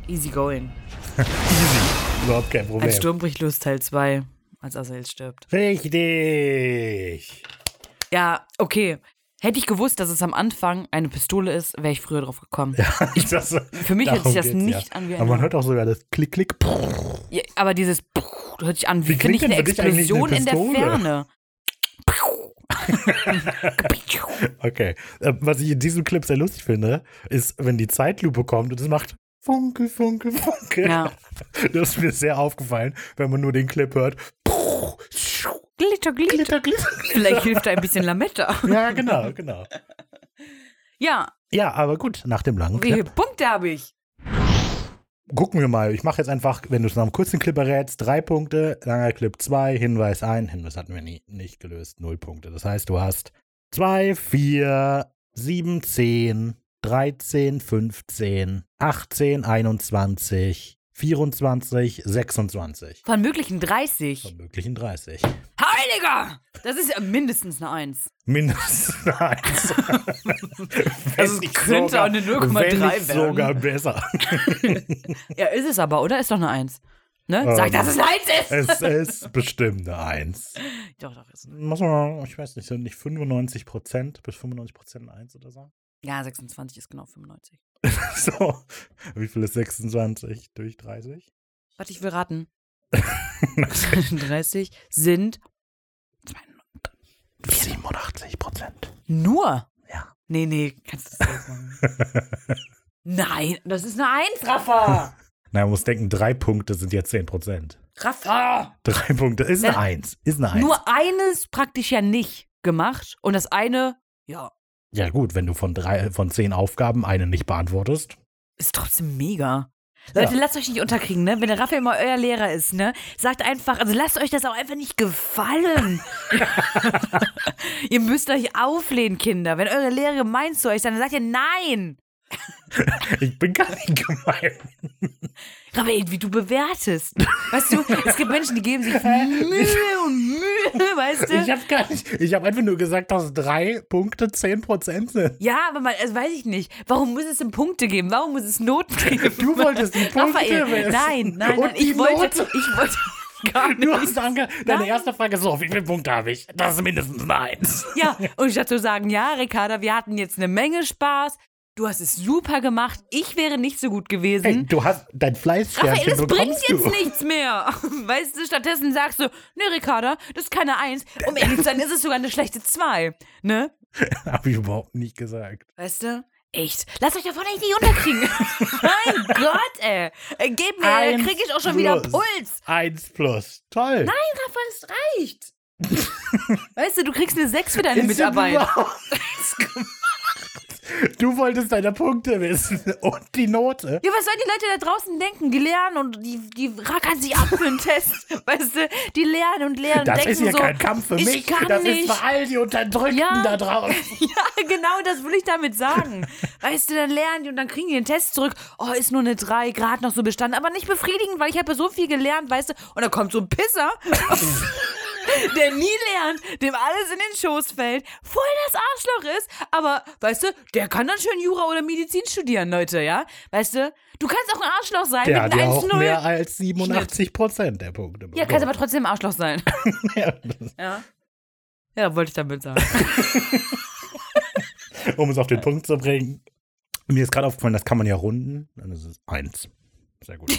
Speaker 3: Easy going.
Speaker 1: Überhaupt kein Problem.
Speaker 3: Ein Sturm bricht los, Teil 2, als Asael stirbt.
Speaker 1: Richtig.
Speaker 3: Ja, okay. Hätte ich gewusst, dass es am Anfang eine Pistole ist, wäre ich früher drauf gekommen.
Speaker 1: Das-
Speaker 3: Für mich hört
Speaker 1: darum
Speaker 3: sich das
Speaker 1: geht's,
Speaker 3: nicht
Speaker 1: ja.
Speaker 3: an wie
Speaker 1: Aber man
Speaker 3: eine.
Speaker 1: hört auch sogar das Klick, Klick. Prrr.
Speaker 3: Ja, aber dieses hört sich an wie,
Speaker 1: Wie
Speaker 3: finde
Speaker 1: klingt
Speaker 3: ich eine
Speaker 1: denn für dich eigentlich
Speaker 3: Explosion
Speaker 1: eine
Speaker 3: in der
Speaker 1: Pistole?
Speaker 3: Ferne.
Speaker 1: Okay. Äh, Was ich in diesem Clip sehr lustig finde, ist, wenn die Zeitlupe kommt und es macht Funke, Funke, Funke.
Speaker 3: Ja.
Speaker 1: Das ist mir sehr aufgefallen, wenn man nur den Clip hört. Prrr.
Speaker 3: Glitter, glitter.
Speaker 1: Glitter, glitter.
Speaker 3: Vielleicht hilft da ein bisschen Lametta.
Speaker 1: Ja, genau, genau.
Speaker 3: Ja,
Speaker 1: Ja, aber gut, nach dem langen
Speaker 3: wie viele
Speaker 1: Clip.
Speaker 3: Punkte habe ich?
Speaker 1: Gucken wir mal. Ich mache jetzt einfach, wenn du es nach einem kurzen Clip errätst, drei Punkte, langer Clip zwei, Hinweis ein. Hinweis hatten wir nie, nicht gelöst, null Punkte. Das heißt, du hast zwei, vier, 7, 10, 13, 15, 18, 21, 24, 26.
Speaker 3: Von möglichen 30.
Speaker 1: Von möglichen 30.
Speaker 3: Heiliger! Das ist ja mindestens eine 1.
Speaker 1: Mindestens eins.
Speaker 3: Also
Speaker 1: nicht
Speaker 3: könnte auch eine 0,3
Speaker 1: wenn nicht
Speaker 3: werden.
Speaker 1: sogar besser.
Speaker 3: Ja, ist es aber, oder? Ist doch eine 1. Ne? Sag,
Speaker 1: Ähm,
Speaker 3: dass es eine 1 ist!
Speaker 1: Es ist bestimmt eine Eins.
Speaker 3: Doch, doch, ist.
Speaker 1: Muss man, ich weiß nicht, sind nicht 95 Prozent bis 95 Prozent Eins oder so?
Speaker 3: Ja, 26 ist genau 95.
Speaker 1: So, wie viel ist 26 durch 30?
Speaker 3: Warte, ich will raten. 30 sind
Speaker 1: 87 Prozent.
Speaker 3: nur.
Speaker 1: Ja.
Speaker 3: Nee, nee, kannst du das nicht machen. Nein, das ist eine 1, Rafa!
Speaker 1: Na, man muss denken, drei Punkte sind ja 10 Prozent.
Speaker 3: Rafa!
Speaker 1: Drei Punkte ist eine
Speaker 3: Na,
Speaker 1: Eins. Ist eine Eins.
Speaker 3: Nur eines praktisch ja nicht gemacht und das eine, ja,
Speaker 1: ja, gut, wenn du von, drei, von zehn Aufgaben eine nicht beantwortest.
Speaker 3: ist trotzdem mega. Leute,
Speaker 1: Ja.
Speaker 3: lasst euch nicht unterkriegen, ne? Wenn der Raphael mal euer Lehrer ist, ne? Sagt einfach, also lasst euch das auch einfach nicht gefallen. ihr müsst euch auflehnen, Kinder. Wenn eure Lehrer gemein zu euch sind, dann sagt ihr nein.
Speaker 1: Ich bin gar nicht gemein.
Speaker 3: Raphael, wie du bewertest. Weißt du, es gibt Menschen, die geben sich Mühe und Mühe, weißt
Speaker 1: Ich
Speaker 3: du?
Speaker 1: habe gar nicht. Ich habe einfach nur gesagt, dass drei Punkte 10 Prozent sind.
Speaker 3: Ja, aber man, also weiß ich nicht. Warum muss es denn Punkte geben? Warum muss es Noten geben?
Speaker 1: Du wolltest die Punkte
Speaker 3: Raphael,
Speaker 1: wissen.
Speaker 3: nein, nein,
Speaker 1: Und
Speaker 3: nein.
Speaker 1: die
Speaker 3: Ich wollte,
Speaker 1: Note.
Speaker 3: ich wollte gar nicht.
Speaker 1: Du hast ange Deine
Speaker 3: Nein.
Speaker 1: erste Frage ist so: Wie viele Punkte habe ich? Das ist mindestens eine Eins.
Speaker 3: Ja, und statt zu sagen, ja, Ricarda, wir hatten jetzt eine Menge Spaß, du hast es super gemacht, ich wäre nicht so gut gewesen.
Speaker 1: Hey, du hast dein
Speaker 3: Raphael,
Speaker 1: Fleißsternchen
Speaker 3: das bringt
Speaker 1: bekommst
Speaker 3: jetzt
Speaker 1: du.
Speaker 3: nichts mehr. Weißt du, stattdessen sagst du, ne, Ricarda, das ist keine Eins. Um ehrlich zu sein, ist es sogar eine schlechte Zwei. Ne?
Speaker 1: Habe ich überhaupt nicht gesagt.
Speaker 3: Weißt du? Echt. Lasst euch davon echt nicht unterkriegen. mein Gott, ey. Äh, Gebt mir, dann
Speaker 1: Eins
Speaker 3: krieg ich auch schon wieder
Speaker 1: plus.
Speaker 3: Puls.
Speaker 1: Eins plus. Toll. Nein,
Speaker 3: Raphael, es reicht. weißt du, du kriegst eine Sechs für deine Mitarbeit.
Speaker 1: Du wolltest deine Punkte wissen und die Note.
Speaker 3: Ja, was sollen die Leute da draußen denken? Die lernen und die, die rackern sich ab für einen Test. Weißt du, die lernen und lernen und
Speaker 1: Das
Speaker 3: denken
Speaker 1: ist ja
Speaker 3: so,
Speaker 1: kein Kampf für
Speaker 3: ich
Speaker 1: mich.
Speaker 3: Kann
Speaker 1: das
Speaker 3: nicht.
Speaker 1: ist für all die Unterdrückten
Speaker 3: Ja.
Speaker 1: da draußen.
Speaker 3: ja, genau das will ich damit sagen. Weißt du, dann lernen die und dann kriegen die den Test zurück. Oh, ist nur eine 3, gerade noch so bestanden, aber nicht befriedigend, weil ich habe ja so viel gelernt, weißt du. Und dann kommt so ein Pisser, der nie lernt, dem alles in den Schoß fällt, voll das Arschloch ist, aber, weißt du, der kann dann schön Jura oder Medizin studieren, Leute, ja? Weißt du, du kannst auch ein Arschloch sein
Speaker 1: Der
Speaker 3: mit
Speaker 1: hat ja
Speaker 3: einem
Speaker 1: auch
Speaker 3: 1-0.
Speaker 1: mehr als 87 Prozent der Punkte.
Speaker 3: Ja, kannst aber trotzdem ein Arschloch sein.
Speaker 1: bekommen.
Speaker 3: Ja. Ja, wollte ich damit sagen.
Speaker 1: Um es auf den Punkt zu bringen. Mir ist gerade aufgefallen, das kann man ja runden. Dann ist es eins. Sehr gut.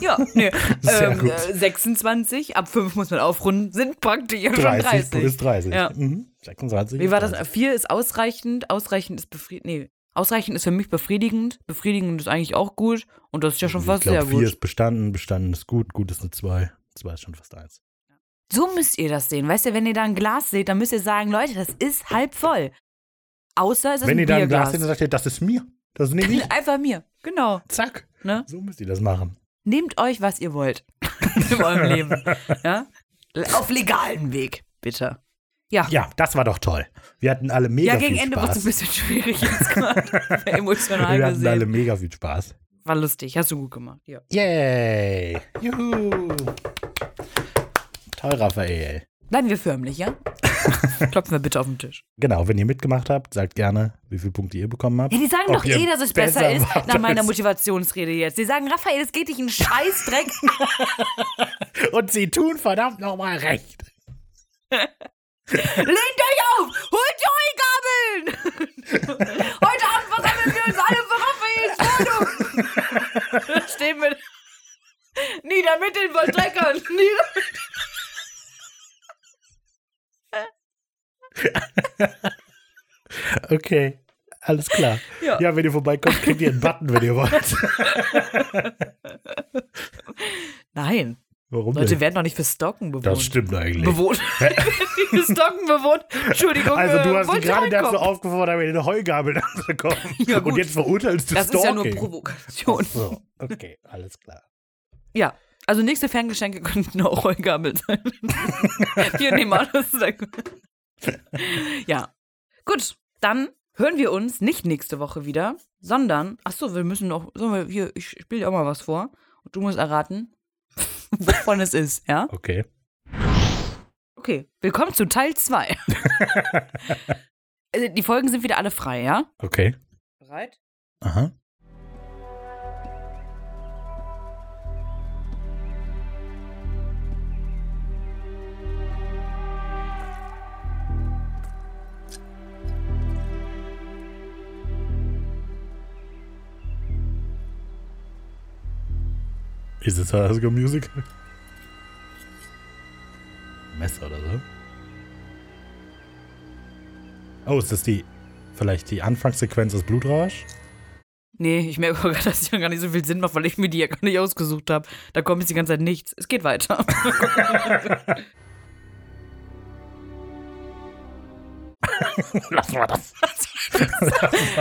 Speaker 3: Ja, nee.
Speaker 1: Sehr
Speaker 3: ähm,
Speaker 1: gut.
Speaker 3: äh, 26, ab 5 muss man aufrunden, sind praktisch schon
Speaker 1: 30
Speaker 3: 30.
Speaker 1: plus 30.
Speaker 3: Ja.
Speaker 1: Mhm. 26.
Speaker 3: Wie
Speaker 1: ist
Speaker 3: war das?
Speaker 1: 30.
Speaker 3: 4 ist ausreichend, ausreichend ist befriedigend. Nee, ausreichend ist für mich befriedigend, befriedigend ist eigentlich auch gut und das ist ja schon fast
Speaker 1: ich glaub,
Speaker 3: sehr
Speaker 1: vier
Speaker 3: gut.
Speaker 1: ist bestanden, bestanden ist gut, gut ist eine 2. 2 ist schon fast 1.
Speaker 3: So müsst ihr das sehen. Weißt du, wenn ihr da ein Glas seht, dann müsst ihr sagen, Leute, das ist halb voll. Außer es ist
Speaker 1: Wenn
Speaker 3: ein
Speaker 1: ihr da ein Glas
Speaker 3: Bierglas.
Speaker 1: seht, dann sagt ihr, das ist mir. Das nehme ich.
Speaker 3: Einfach mir, genau.
Speaker 1: Zack.
Speaker 3: Ne?
Speaker 1: So müsst ihr das machen.
Speaker 3: Nehmt euch, was ihr wollt in eurem Leben. Ja? Auf legalen Weg, bitte.
Speaker 1: Ja, das war doch toll. Wir hatten alle mega
Speaker 3: ja, gegen
Speaker 1: viel
Speaker 3: Ende wird
Speaker 1: Spaß.
Speaker 3: es ein bisschen schwierig jetzt gerade. emotional
Speaker 1: Wir hatten alle
Speaker 3: gesehen.
Speaker 1: mega viel Spaß.
Speaker 3: War lustig, hast du gut gemacht. Ja.
Speaker 1: Yay! Juhu! Toll, Raphael.
Speaker 3: Bleiben wir förmlich, ja? Klopfen wir bitte auf den Tisch.
Speaker 1: Genau, wenn ihr mitgemacht habt, sagt gerne, wie viele Punkte ihr bekommen habt.
Speaker 3: Ja, die sagen
Speaker 1: Ob
Speaker 3: doch
Speaker 1: ihr
Speaker 3: eh, dass es besser,
Speaker 1: besser
Speaker 3: ist,
Speaker 1: wart
Speaker 3: nach meiner
Speaker 1: als-
Speaker 3: Motivationsrede jetzt. Die sagen, Raphael, es geht dich einen Scheißdreck.
Speaker 1: Und sie tun verdammt nochmal recht.
Speaker 3: Lehnt euch auf! Holt die Gabeln! Heute Abend versammeln wir uns alle für Raphaels Wohnung! Stehen wir. Nieder mit den Vollstreckern! Nieder
Speaker 1: Okay, alles klar.
Speaker 3: Ja.
Speaker 1: Ja, wenn ihr vorbeikommt, kriegt ihr einen Button, wenn ihr wollt.
Speaker 3: Nein,
Speaker 1: Warum
Speaker 3: Leute
Speaker 1: denn?
Speaker 3: werden doch nicht für Stocken bewohnt.
Speaker 1: Das stimmt eigentlich.
Speaker 3: Bewohnt. die Stocken bewohnt. Entschuldigung.
Speaker 1: also du
Speaker 3: äh,
Speaker 1: hast
Speaker 3: wollte
Speaker 1: mich gerade
Speaker 3: ich
Speaker 1: dazu
Speaker 3: reinkommen.
Speaker 1: aufgefordert, mir eine Heugabel anzukommen.
Speaker 3: Ja, gut.
Speaker 1: Und jetzt verurteilst du
Speaker 3: Das ist ja nur
Speaker 1: Stalking.
Speaker 3: Provokation.
Speaker 1: so, okay, alles klar.
Speaker 3: Ja. Also nächste Ferngeschenke könnten auch Rollgabel sein. Wir nehmen an, das ist dann- Ja. Gut, dann hören wir uns nicht nächste Woche wieder, sondern, ach so, wir müssen noch, sollen wir hier, ich spiele dir auch mal was vor und du musst erraten, wovon es ist, ja?
Speaker 1: Okay.
Speaker 3: Okay, willkommen zu Teil 2. also, die Folgen sind wieder alle frei, ja?
Speaker 1: Okay.
Speaker 3: Bereit?
Speaker 1: Aha. Ist es High School Musical? Messer oder so? Oh, ist das die, vielleicht die Anfangssequenz aus Blutrausch?
Speaker 3: Nee, ich merke gerade, dass die noch gar nicht so viel Sinn macht, weil ich mir die ja gar nicht ausgesucht habe. Da kommt jetzt die ganze Zeit nichts. Es geht weiter.
Speaker 1: Lass mal das.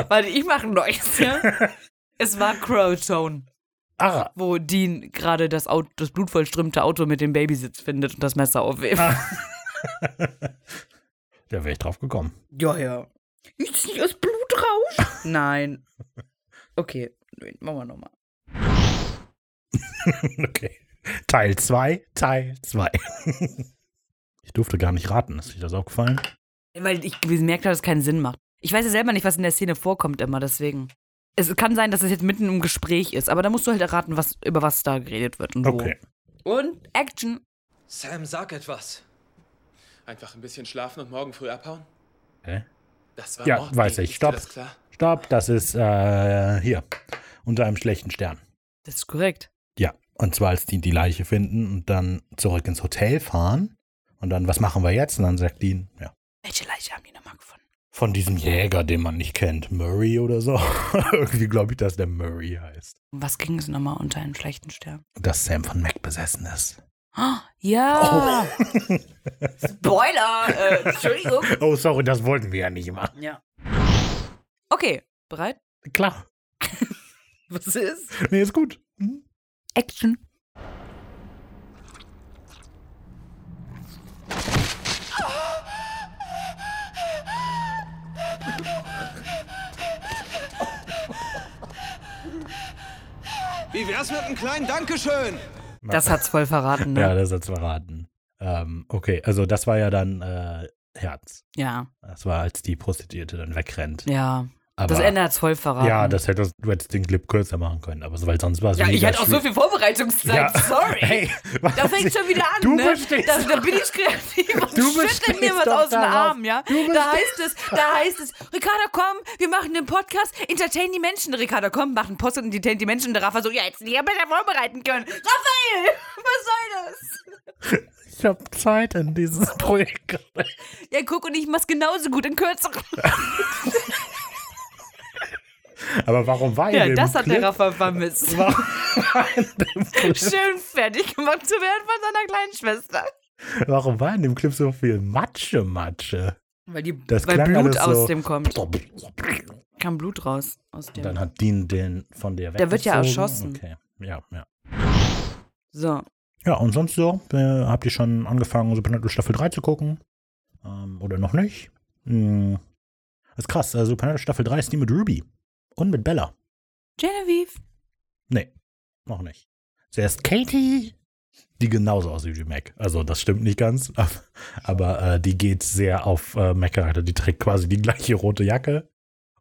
Speaker 3: Warte, ich mache ein neues, ja? Es war Crowtone,
Speaker 1: Ah,
Speaker 3: wo Dean gerade das, Auto, das blutvollströmte Auto mit dem Babysitz findet und das Messer aufhebt.
Speaker 1: da wäre ich drauf gekommen.
Speaker 3: Ja, ja. Ist nicht aus Blut raus? Nein. Okay, nee, machen wir nochmal.
Speaker 1: Okay. Teil 2, Teil 2. Ich durfte gar nicht raten. Ist dir das aufgefallen?
Speaker 3: Weil ich gemerkt habe, dass es keinen Sinn macht. Ich weiß ja selber nicht, was in der Szene vorkommt immer, deswegen. Es kann sein, dass es jetzt mitten im Gespräch ist, aber da musst du halt erraten, was, über was da geredet wird und wo.
Speaker 1: Okay.
Speaker 3: Und Action.
Speaker 6: Sam, sag etwas. Einfach ein bisschen schlafen und morgen früh abhauen?
Speaker 1: Hä?
Speaker 6: Das war
Speaker 1: Ja,
Speaker 6: Mord
Speaker 1: weiß
Speaker 6: gegen
Speaker 1: ich.
Speaker 6: dich,
Speaker 1: Stopp.
Speaker 6: dir Das klar?
Speaker 1: Stopp, das ist äh, hier. Unter einem schlechten Stern.
Speaker 3: Das ist korrekt.
Speaker 1: Ja. Und zwar, als die die Leiche finden und dann zurück ins Hotel fahren. Und dann, was machen wir jetzt? Und dann sagt Dean, ja.
Speaker 3: Welche Leiche haben die nochmal gefunden?
Speaker 1: Von diesem Jäger, den man nicht kennt. Murray oder so. Irgendwie glaube ich, dass der Murray heißt.
Speaker 3: Um was ging es nochmal unter einem schlechten Stern?
Speaker 1: Dass Sam von Mac besessen ist.
Speaker 3: Ah, ja! Spoiler! Äh, Entschuldigung.
Speaker 1: Oh, sorry, das wollten wir ja nicht machen.
Speaker 3: Ja. Okay, bereit?
Speaker 1: Klar.
Speaker 3: Was ist?
Speaker 1: Nee, ist gut. Hm?
Speaker 3: Action.
Speaker 6: Wie wär's mit einem kleinen Dankeschön?
Speaker 3: Das hat's voll verraten,
Speaker 1: Ja,
Speaker 3: ne?
Speaker 1: das hat's verraten. Ähm, okay, also das war ja dann äh, Herz.
Speaker 3: Ja,
Speaker 1: Das war, als die Prostituierte dann wegrennt.
Speaker 3: ja.
Speaker 1: Aber,
Speaker 3: Das Ende hat's voll verraten.
Speaker 1: Ja, das hätte, du hättest den Clip kürzer machen können, aber so, weil sonst war es
Speaker 3: Ja, ich
Speaker 1: mega
Speaker 3: hatte auch so
Speaker 1: schwierig.
Speaker 3: viel Vorbereitungszeit,
Speaker 1: Ja.
Speaker 3: sorry.
Speaker 1: Hey, was
Speaker 3: Da fängt
Speaker 1: ich-
Speaker 3: schon wieder an,
Speaker 1: du
Speaker 3: ne?
Speaker 1: Bestehst
Speaker 3: Da, da bin ich kreativ und
Speaker 1: Du
Speaker 3: schüttel mir
Speaker 1: bestehst
Speaker 3: was
Speaker 1: doch
Speaker 3: aus dem
Speaker 1: darauf.
Speaker 3: Arm, ja?
Speaker 1: Du
Speaker 3: Da heißt es, da heißt es, Ricarda, komm, wir machen den Podcast, entertain die Menschen. Ricarda, komm, machen Post und entertain die Menschen. Und der Rafa so, ja, jetzt nicht besser vorbereiten können. Raphael, was soll
Speaker 1: ich habe Zeit in dieses Projekt.
Speaker 3: das? Ja, guck, und ich mach's genauso gut in kürzeren.
Speaker 1: Aber warum war in
Speaker 3: Ja,
Speaker 1: dem
Speaker 3: das hat
Speaker 1: Clip,
Speaker 3: der Rafa vermisst.
Speaker 1: Warum war in dem Clip,
Speaker 3: Schön fertig gemacht zu werden von seiner kleinen Schwester.
Speaker 1: warum war in dem Clip so viel Matsche, Matsche?
Speaker 3: Weil, die,
Speaker 1: Das
Speaker 3: weil
Speaker 1: klang
Speaker 3: Blut
Speaker 1: alles
Speaker 3: aus
Speaker 1: so-
Speaker 3: dem kommt. Kam Blut raus aus dem.
Speaker 1: Dann hat Dean den von der
Speaker 3: Der wird ja
Speaker 1: weggezogen.
Speaker 3: erschossen.
Speaker 1: Okay, ja, ja.
Speaker 3: So.
Speaker 1: Ja, und sonst so? Äh, habt ihr schon angefangen, Supernatural Staffel 3 zu gucken? Ähm, oder noch nicht? Hm. Das ist krass. Also, Supernatural Staffel 3 ist die mit Ruby. Und mit Bella.
Speaker 3: Genevieve.
Speaker 1: Nee, noch nicht. Zuerst Katie, die genauso aussieht wie Mac. Also, das stimmt nicht ganz. Aber äh, die geht sehr auf äh, Mac-Charakter. Die trägt quasi die gleiche rote Jacke.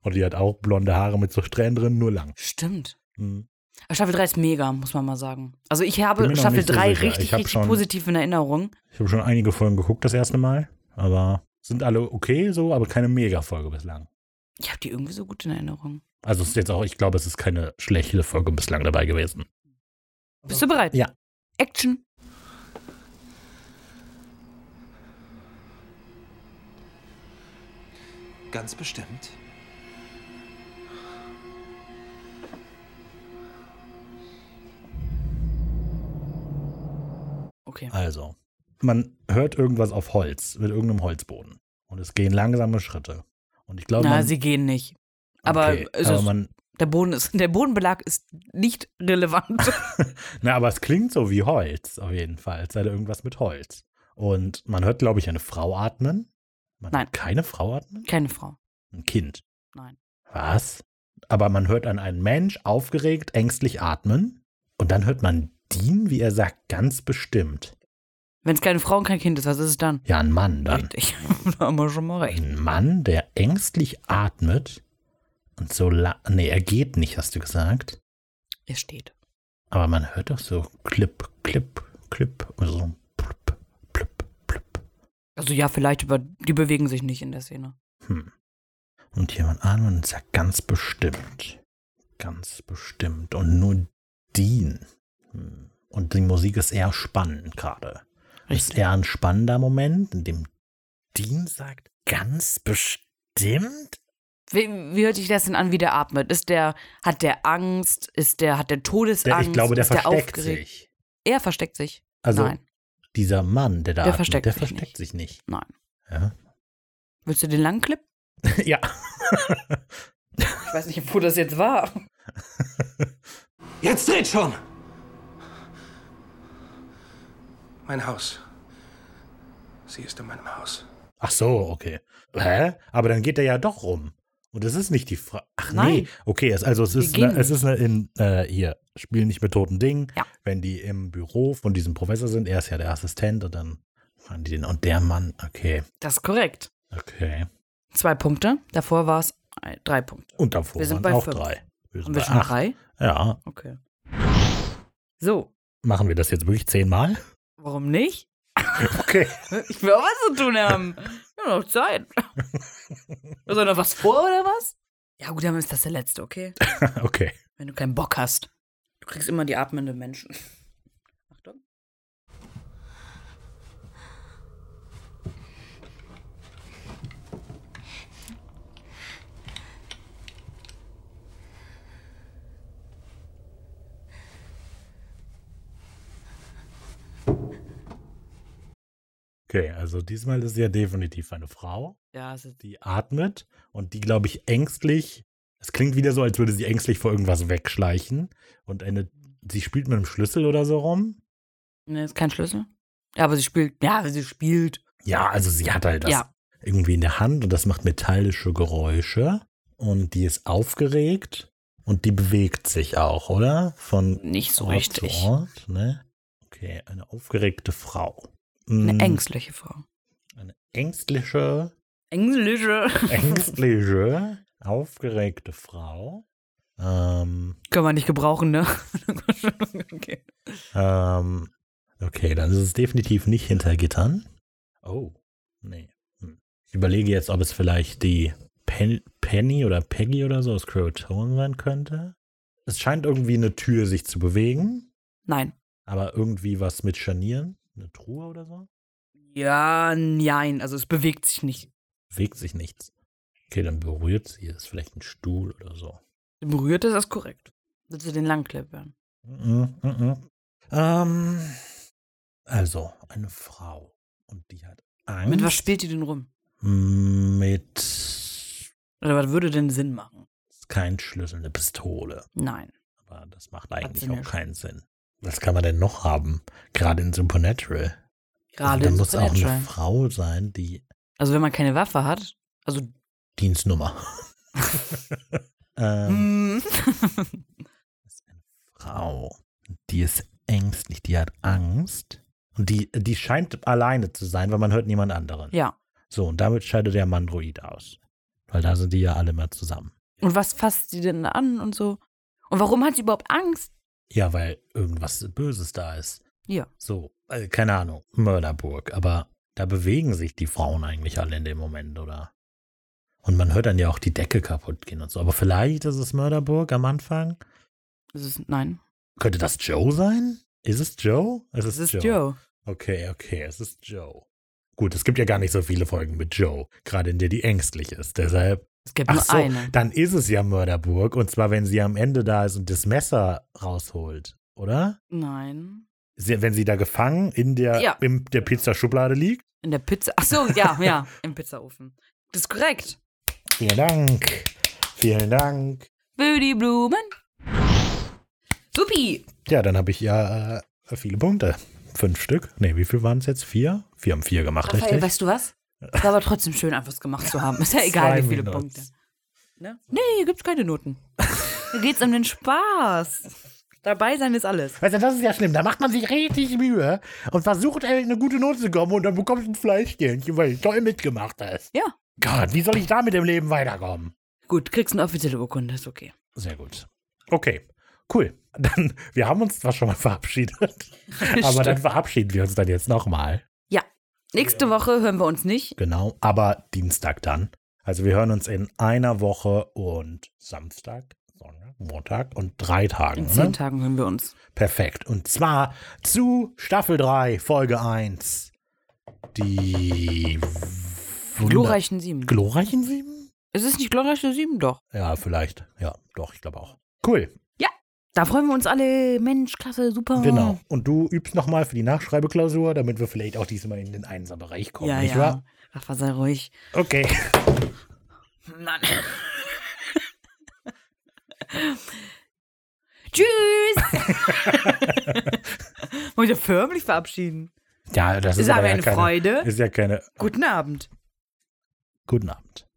Speaker 1: Und die hat auch blonde Haare mit so Strähnen drin, nur lang.
Speaker 3: Stimmt.
Speaker 1: Hm.
Speaker 3: Aber Staffel 3 ist mega, muss man mal sagen. Also ich
Speaker 1: Bin mir
Speaker 3: habe
Speaker 1: noch
Speaker 3: Staffel
Speaker 1: nicht so
Speaker 3: 3
Speaker 1: sicher. Ich
Speaker 3: richtig,
Speaker 1: hab
Speaker 3: richtig
Speaker 1: schon-
Speaker 3: positiv in Erinnerung.
Speaker 1: Ich habe schon einige Folgen geguckt das erste Mal, aber sind alle okay so, aber keine Mega-Folge bislang.
Speaker 3: Ich habe die irgendwie so gut in Erinnerung.
Speaker 1: Also es ist jetzt auch, ich glaube, es ist keine schlechte Folge bislang dabei gewesen.
Speaker 3: Bist du bereit?
Speaker 1: Ja.
Speaker 3: Action.
Speaker 6: Ganz bestimmt.
Speaker 3: Okay.
Speaker 1: Also, man hört irgendwas auf Holz, mit irgendeinem Holzboden. Und es gehen langsame Schritte. Und ich glaube,
Speaker 3: Na,
Speaker 1: man,
Speaker 3: sie gehen nicht. Aber,
Speaker 1: okay,
Speaker 3: es
Speaker 1: aber
Speaker 3: ist,
Speaker 1: man,
Speaker 3: der, Boden ist, der Bodenbelag ist nicht relevant.
Speaker 1: na, aber es klingt so wie Holz auf jeden Fall, als sei da irgendwas mit Holz. Und man hört, glaube ich, eine Frau atmen. Man
Speaker 3: Nein.
Speaker 1: Hört keine Frau atmen?
Speaker 3: Keine Frau.
Speaker 1: Ein Kind.
Speaker 3: Nein.
Speaker 1: Was? Aber man hört an einen Mensch aufgeregt, ängstlich atmen. Und dann hört man Dean, wie er sagt, ganz bestimmt.
Speaker 3: Wenn es keine Frau und kein Kind ist, was ist es dann?
Speaker 1: Ja, ein Mann dann.
Speaker 3: Richtig. da haben wir schon mal recht.
Speaker 1: Ein Mann, der ängstlich atmet und so la Nee, er geht nicht, hast du gesagt.
Speaker 3: Es steht.
Speaker 1: Aber man hört doch so klipp, klipp, klipp. und so plupp, plupp, plupp.
Speaker 3: Also ja, vielleicht über die bewegen sich nicht in der Szene.
Speaker 1: Hm. Und jemand atmet und sagt ganz bestimmt. Ganz bestimmt. Und nur Dean. Hm. Und die Musik ist eher spannend gerade. Ist eher ein spannender Moment, in dem Dean sagt, ganz bestimmt?
Speaker 3: Wie, wie hört sich das denn an, wie der atmet? Ist der, hat der Angst? Ist der, hat der
Speaker 1: Der,
Speaker 3: Todesangst?
Speaker 1: ich glaube, der
Speaker 3: ist
Speaker 1: versteckt
Speaker 3: der aufgeregt?
Speaker 1: sich.
Speaker 3: Er versteckt sich.
Speaker 1: Also
Speaker 3: Nein.
Speaker 1: dieser Mann, der da
Speaker 3: Der
Speaker 1: atmet,
Speaker 3: versteckt
Speaker 1: der
Speaker 3: sich
Speaker 1: versteckt
Speaker 3: nicht.
Speaker 1: sich nicht.
Speaker 3: Nein.
Speaker 1: Ja.
Speaker 3: Willst du den langen Clip?
Speaker 1: ja.
Speaker 3: Ich weiß nicht, wo das jetzt war.
Speaker 7: Jetzt dreht schon!
Speaker 6: Mein Haus. Sie ist in meinem Haus.
Speaker 1: Ach so, okay. Hä? Aber dann geht er ja doch rum. Und das ist nicht die Frage. Ach nee.
Speaker 3: Nein.
Speaker 1: Okay, es, also es
Speaker 3: Die
Speaker 1: ist,
Speaker 3: gehen
Speaker 1: eine, es ist eine in, äh, hier, spielen nicht mit toten Dingen.
Speaker 3: Ja.
Speaker 1: Wenn die im Büro von diesem Professor sind, er ist ja der Assistent und dann fahren die den. Und der Mann, okay,
Speaker 3: Das ist korrekt.
Speaker 1: okay.
Speaker 3: Zwei Punkte. Davor war es ein- drei Punkte.
Speaker 1: Und davor
Speaker 3: Wir sind
Speaker 1: waren
Speaker 3: bei
Speaker 1: auch
Speaker 3: fünf.
Speaker 1: drei. Wir sind
Speaker 3: Haben wir
Speaker 1: bei
Speaker 3: schon
Speaker 1: acht.
Speaker 3: drei?
Speaker 1: Ja.
Speaker 3: Okay. So,
Speaker 1: Machen wir das jetzt wirklich zehnmal?
Speaker 3: warum nicht?
Speaker 1: Okay.
Speaker 3: Ich will auch was zu tun haben. Wir haben noch Zeit. Ist da noch was vor oder was? Ja, gut, dann ist das der letzte, okay?
Speaker 1: okay.
Speaker 3: Wenn du keinen Bock hast. Du kriegst immer die atmenden Menschen. Achtung.
Speaker 1: Okay, also diesmal ist es ja definitiv eine Frau.
Speaker 3: Ja, es ist
Speaker 1: die atmet und die, glaube ich, ängstlich. Es klingt wieder so, als würde sie ängstlich vor irgendwas wegschleichen. Und eine, sie spielt mit einem Schlüssel oder so rum.
Speaker 3: ne, ist kein Schlüssel. Ja, aber sie spielt. Ja, sie spielt.
Speaker 1: Ja, also sie hat halt das
Speaker 3: Ja.
Speaker 1: irgendwie in der Hand und das macht metallische Geräusche. Und die ist aufgeregt und die bewegt sich auch, oder? Von
Speaker 3: Nicht so
Speaker 1: Ort
Speaker 3: richtig.
Speaker 1: zu Ort, ne? Okay, eine aufgeregte Frau. Mm,
Speaker 3: Eine ängstliche Frau.
Speaker 1: Eine ängstliche
Speaker 3: Ängstliche.
Speaker 1: ängstliche, aufgeregte Frau. Ähm,
Speaker 3: Können wir nicht gebrauchen, ne? okay.
Speaker 1: ähm, okay, dann ist es definitiv nicht hinter Gittern. Oh, nee. Hm. Ich überlege jetzt, ob es vielleicht die Pen Penny oder Peggy oder so aus Croatoan sein könnte. Es scheint irgendwie eine Tür sich zu bewegen,
Speaker 3: Nein.
Speaker 1: aber irgendwie was mit Scharnieren. Eine Truhe oder so?
Speaker 3: Ja, nein. Also es bewegt sich nicht.
Speaker 1: Bewegt sich nichts. Okay, dann berührt sie es. Vielleicht ein Stuhl oder so.
Speaker 3: Berührt ist das korrekt. Willst du den Langclip hören?
Speaker 1: Mhm, mhm. Ähm, also, eine Frau. Und die hat Angst.
Speaker 3: Mit was spielt die denn rum?
Speaker 1: Mit
Speaker 3: Oder was würde denn Sinn machen?
Speaker 1: ist kein Schlüssel, eine Pistole.
Speaker 3: Nein.
Speaker 1: Aber das macht eigentlich
Speaker 3: sie
Speaker 1: auch
Speaker 3: nicht.
Speaker 1: keinen Sinn. Was kann man denn noch haben? Gerade in Supernatural.
Speaker 3: Gerade
Speaker 1: also, da
Speaker 3: in
Speaker 1: muss auch eine
Speaker 3: Supernatural.
Speaker 1: Frau sein, die
Speaker 3: Also wenn man keine Waffe hat, also
Speaker 1: Dienstnummer. ähm,
Speaker 3: hm,
Speaker 1: ist eine Frau. Die ist ängstlich, die hat Angst. Und die, die scheint alleine zu sein, weil man hört niemand anderen.
Speaker 3: ja.
Speaker 1: So, und damit scheidet der Mandroid aus. Weil da sind die ja alle mal zusammen.
Speaker 3: Und was fasst sie denn an und so? Und warum hat sie überhaupt Angst?
Speaker 1: Ja, weil irgendwas Böses da ist.
Speaker 3: Ja.
Speaker 1: So, äh, keine Ahnung, Mörderburg. Aber da bewegen sich die Frauen eigentlich alle in dem Moment, oder? Und man hört dann ja auch die Decke kaputt gehen und so. Aber vielleicht ist es Mörderburg am Anfang.
Speaker 3: Es ist nein.
Speaker 1: Könnte das Joe sein? Ist es Joe? Es ist,
Speaker 3: Es ist Joe.
Speaker 1: Okay, okay, es ist Joe. Gut, es gibt ja gar nicht so viele Folgen mit Joe, gerade in der die ängstlich ist. Deshalb
Speaker 3: Es gibt
Speaker 1: Ach
Speaker 3: nur
Speaker 1: so,
Speaker 3: eine.
Speaker 1: dann ist es ja Mörderburg. Und zwar, wenn sie am Ende da ist und das Messer rausholt, oder?
Speaker 3: Nein.
Speaker 1: Sie, wenn sie da gefangen in der,
Speaker 3: Ja.
Speaker 1: in der Pizzaschublade liegt.
Speaker 3: In der Pizza. Ach so, ja, ja, im Pizzaofen. Das ist korrekt.
Speaker 1: Vielen Dank. Vielen Dank.
Speaker 3: Für die Blumen. Supi.
Speaker 1: Ja, dann habe ich ja äh, viele Punkte. Fünf Stück. Nee, wie viel waren es jetzt? Vier? Wir haben vier gemacht,
Speaker 3: Raphael,
Speaker 1: richtig?
Speaker 3: weißt du was? Es war aber trotzdem schön, einfach was gemacht zu haben. Ist ja egal,
Speaker 1: Zwei
Speaker 3: wie viele
Speaker 1: Minuten.
Speaker 3: Punkte. Ne? Nee, hier gibt's keine Noten. Da geht's um den Spaß. Dabei sein ist alles.
Speaker 1: Weißt du, das ist ja schlimm. Da macht man sich richtig Mühe und versucht, äh, eine gute Note zu kommen und dann bekommst du ein Fleischsternchen, weil du toll mitgemacht hast.
Speaker 3: Ja.
Speaker 1: Gott, wie soll ich da mit dem Leben weiterkommen?
Speaker 3: Gut, kriegst eine offizielle Urkunde, ist okay.
Speaker 1: Sehr gut. Okay, cool. Dann, wir haben uns zwar schon mal verabschiedet, aber dann verabschieden wir uns dann jetzt nochmal.
Speaker 3: Ja. Nächste Woche hören wir uns nicht.
Speaker 1: Genau, aber Dienstag dann. Also wir hören uns in einer Woche und Samstag, Sonntag, Montag und drei Tagen.
Speaker 3: In zehn
Speaker 1: ne?
Speaker 3: Tagen hören wir uns.
Speaker 1: Perfekt. Und zwar zu Staffel 3, Folge 1. Die Wunder-
Speaker 3: Glorreichen Sieben.
Speaker 1: glorreichen Sieben?
Speaker 3: es ist nicht glorreiche Sieben, doch.
Speaker 1: Ja, vielleicht. Ja, doch, ich glaube auch. Cool,
Speaker 3: Da freuen wir uns alle. Mensch, klasse, super.
Speaker 1: genau. Und du übst nochmal für die Nachschreibeklausur, damit wir vielleicht auch diesmal in den Einser-Bereich kommen,
Speaker 3: Ja,
Speaker 1: nicht
Speaker 3: ja.
Speaker 1: wahr?
Speaker 3: Rafa, sei ruhig.
Speaker 1: Okay.
Speaker 3: Nein. Tschüss! Wollt ihr förmlich verabschieden?
Speaker 1: Ja, das
Speaker 3: Es
Speaker 1: ist
Speaker 3: war
Speaker 1: aber
Speaker 3: mir
Speaker 1: ja
Speaker 3: eine
Speaker 1: keine,
Speaker 3: Freude.
Speaker 1: Ist ja keine.
Speaker 3: Guten Abend.
Speaker 1: Guten Abend.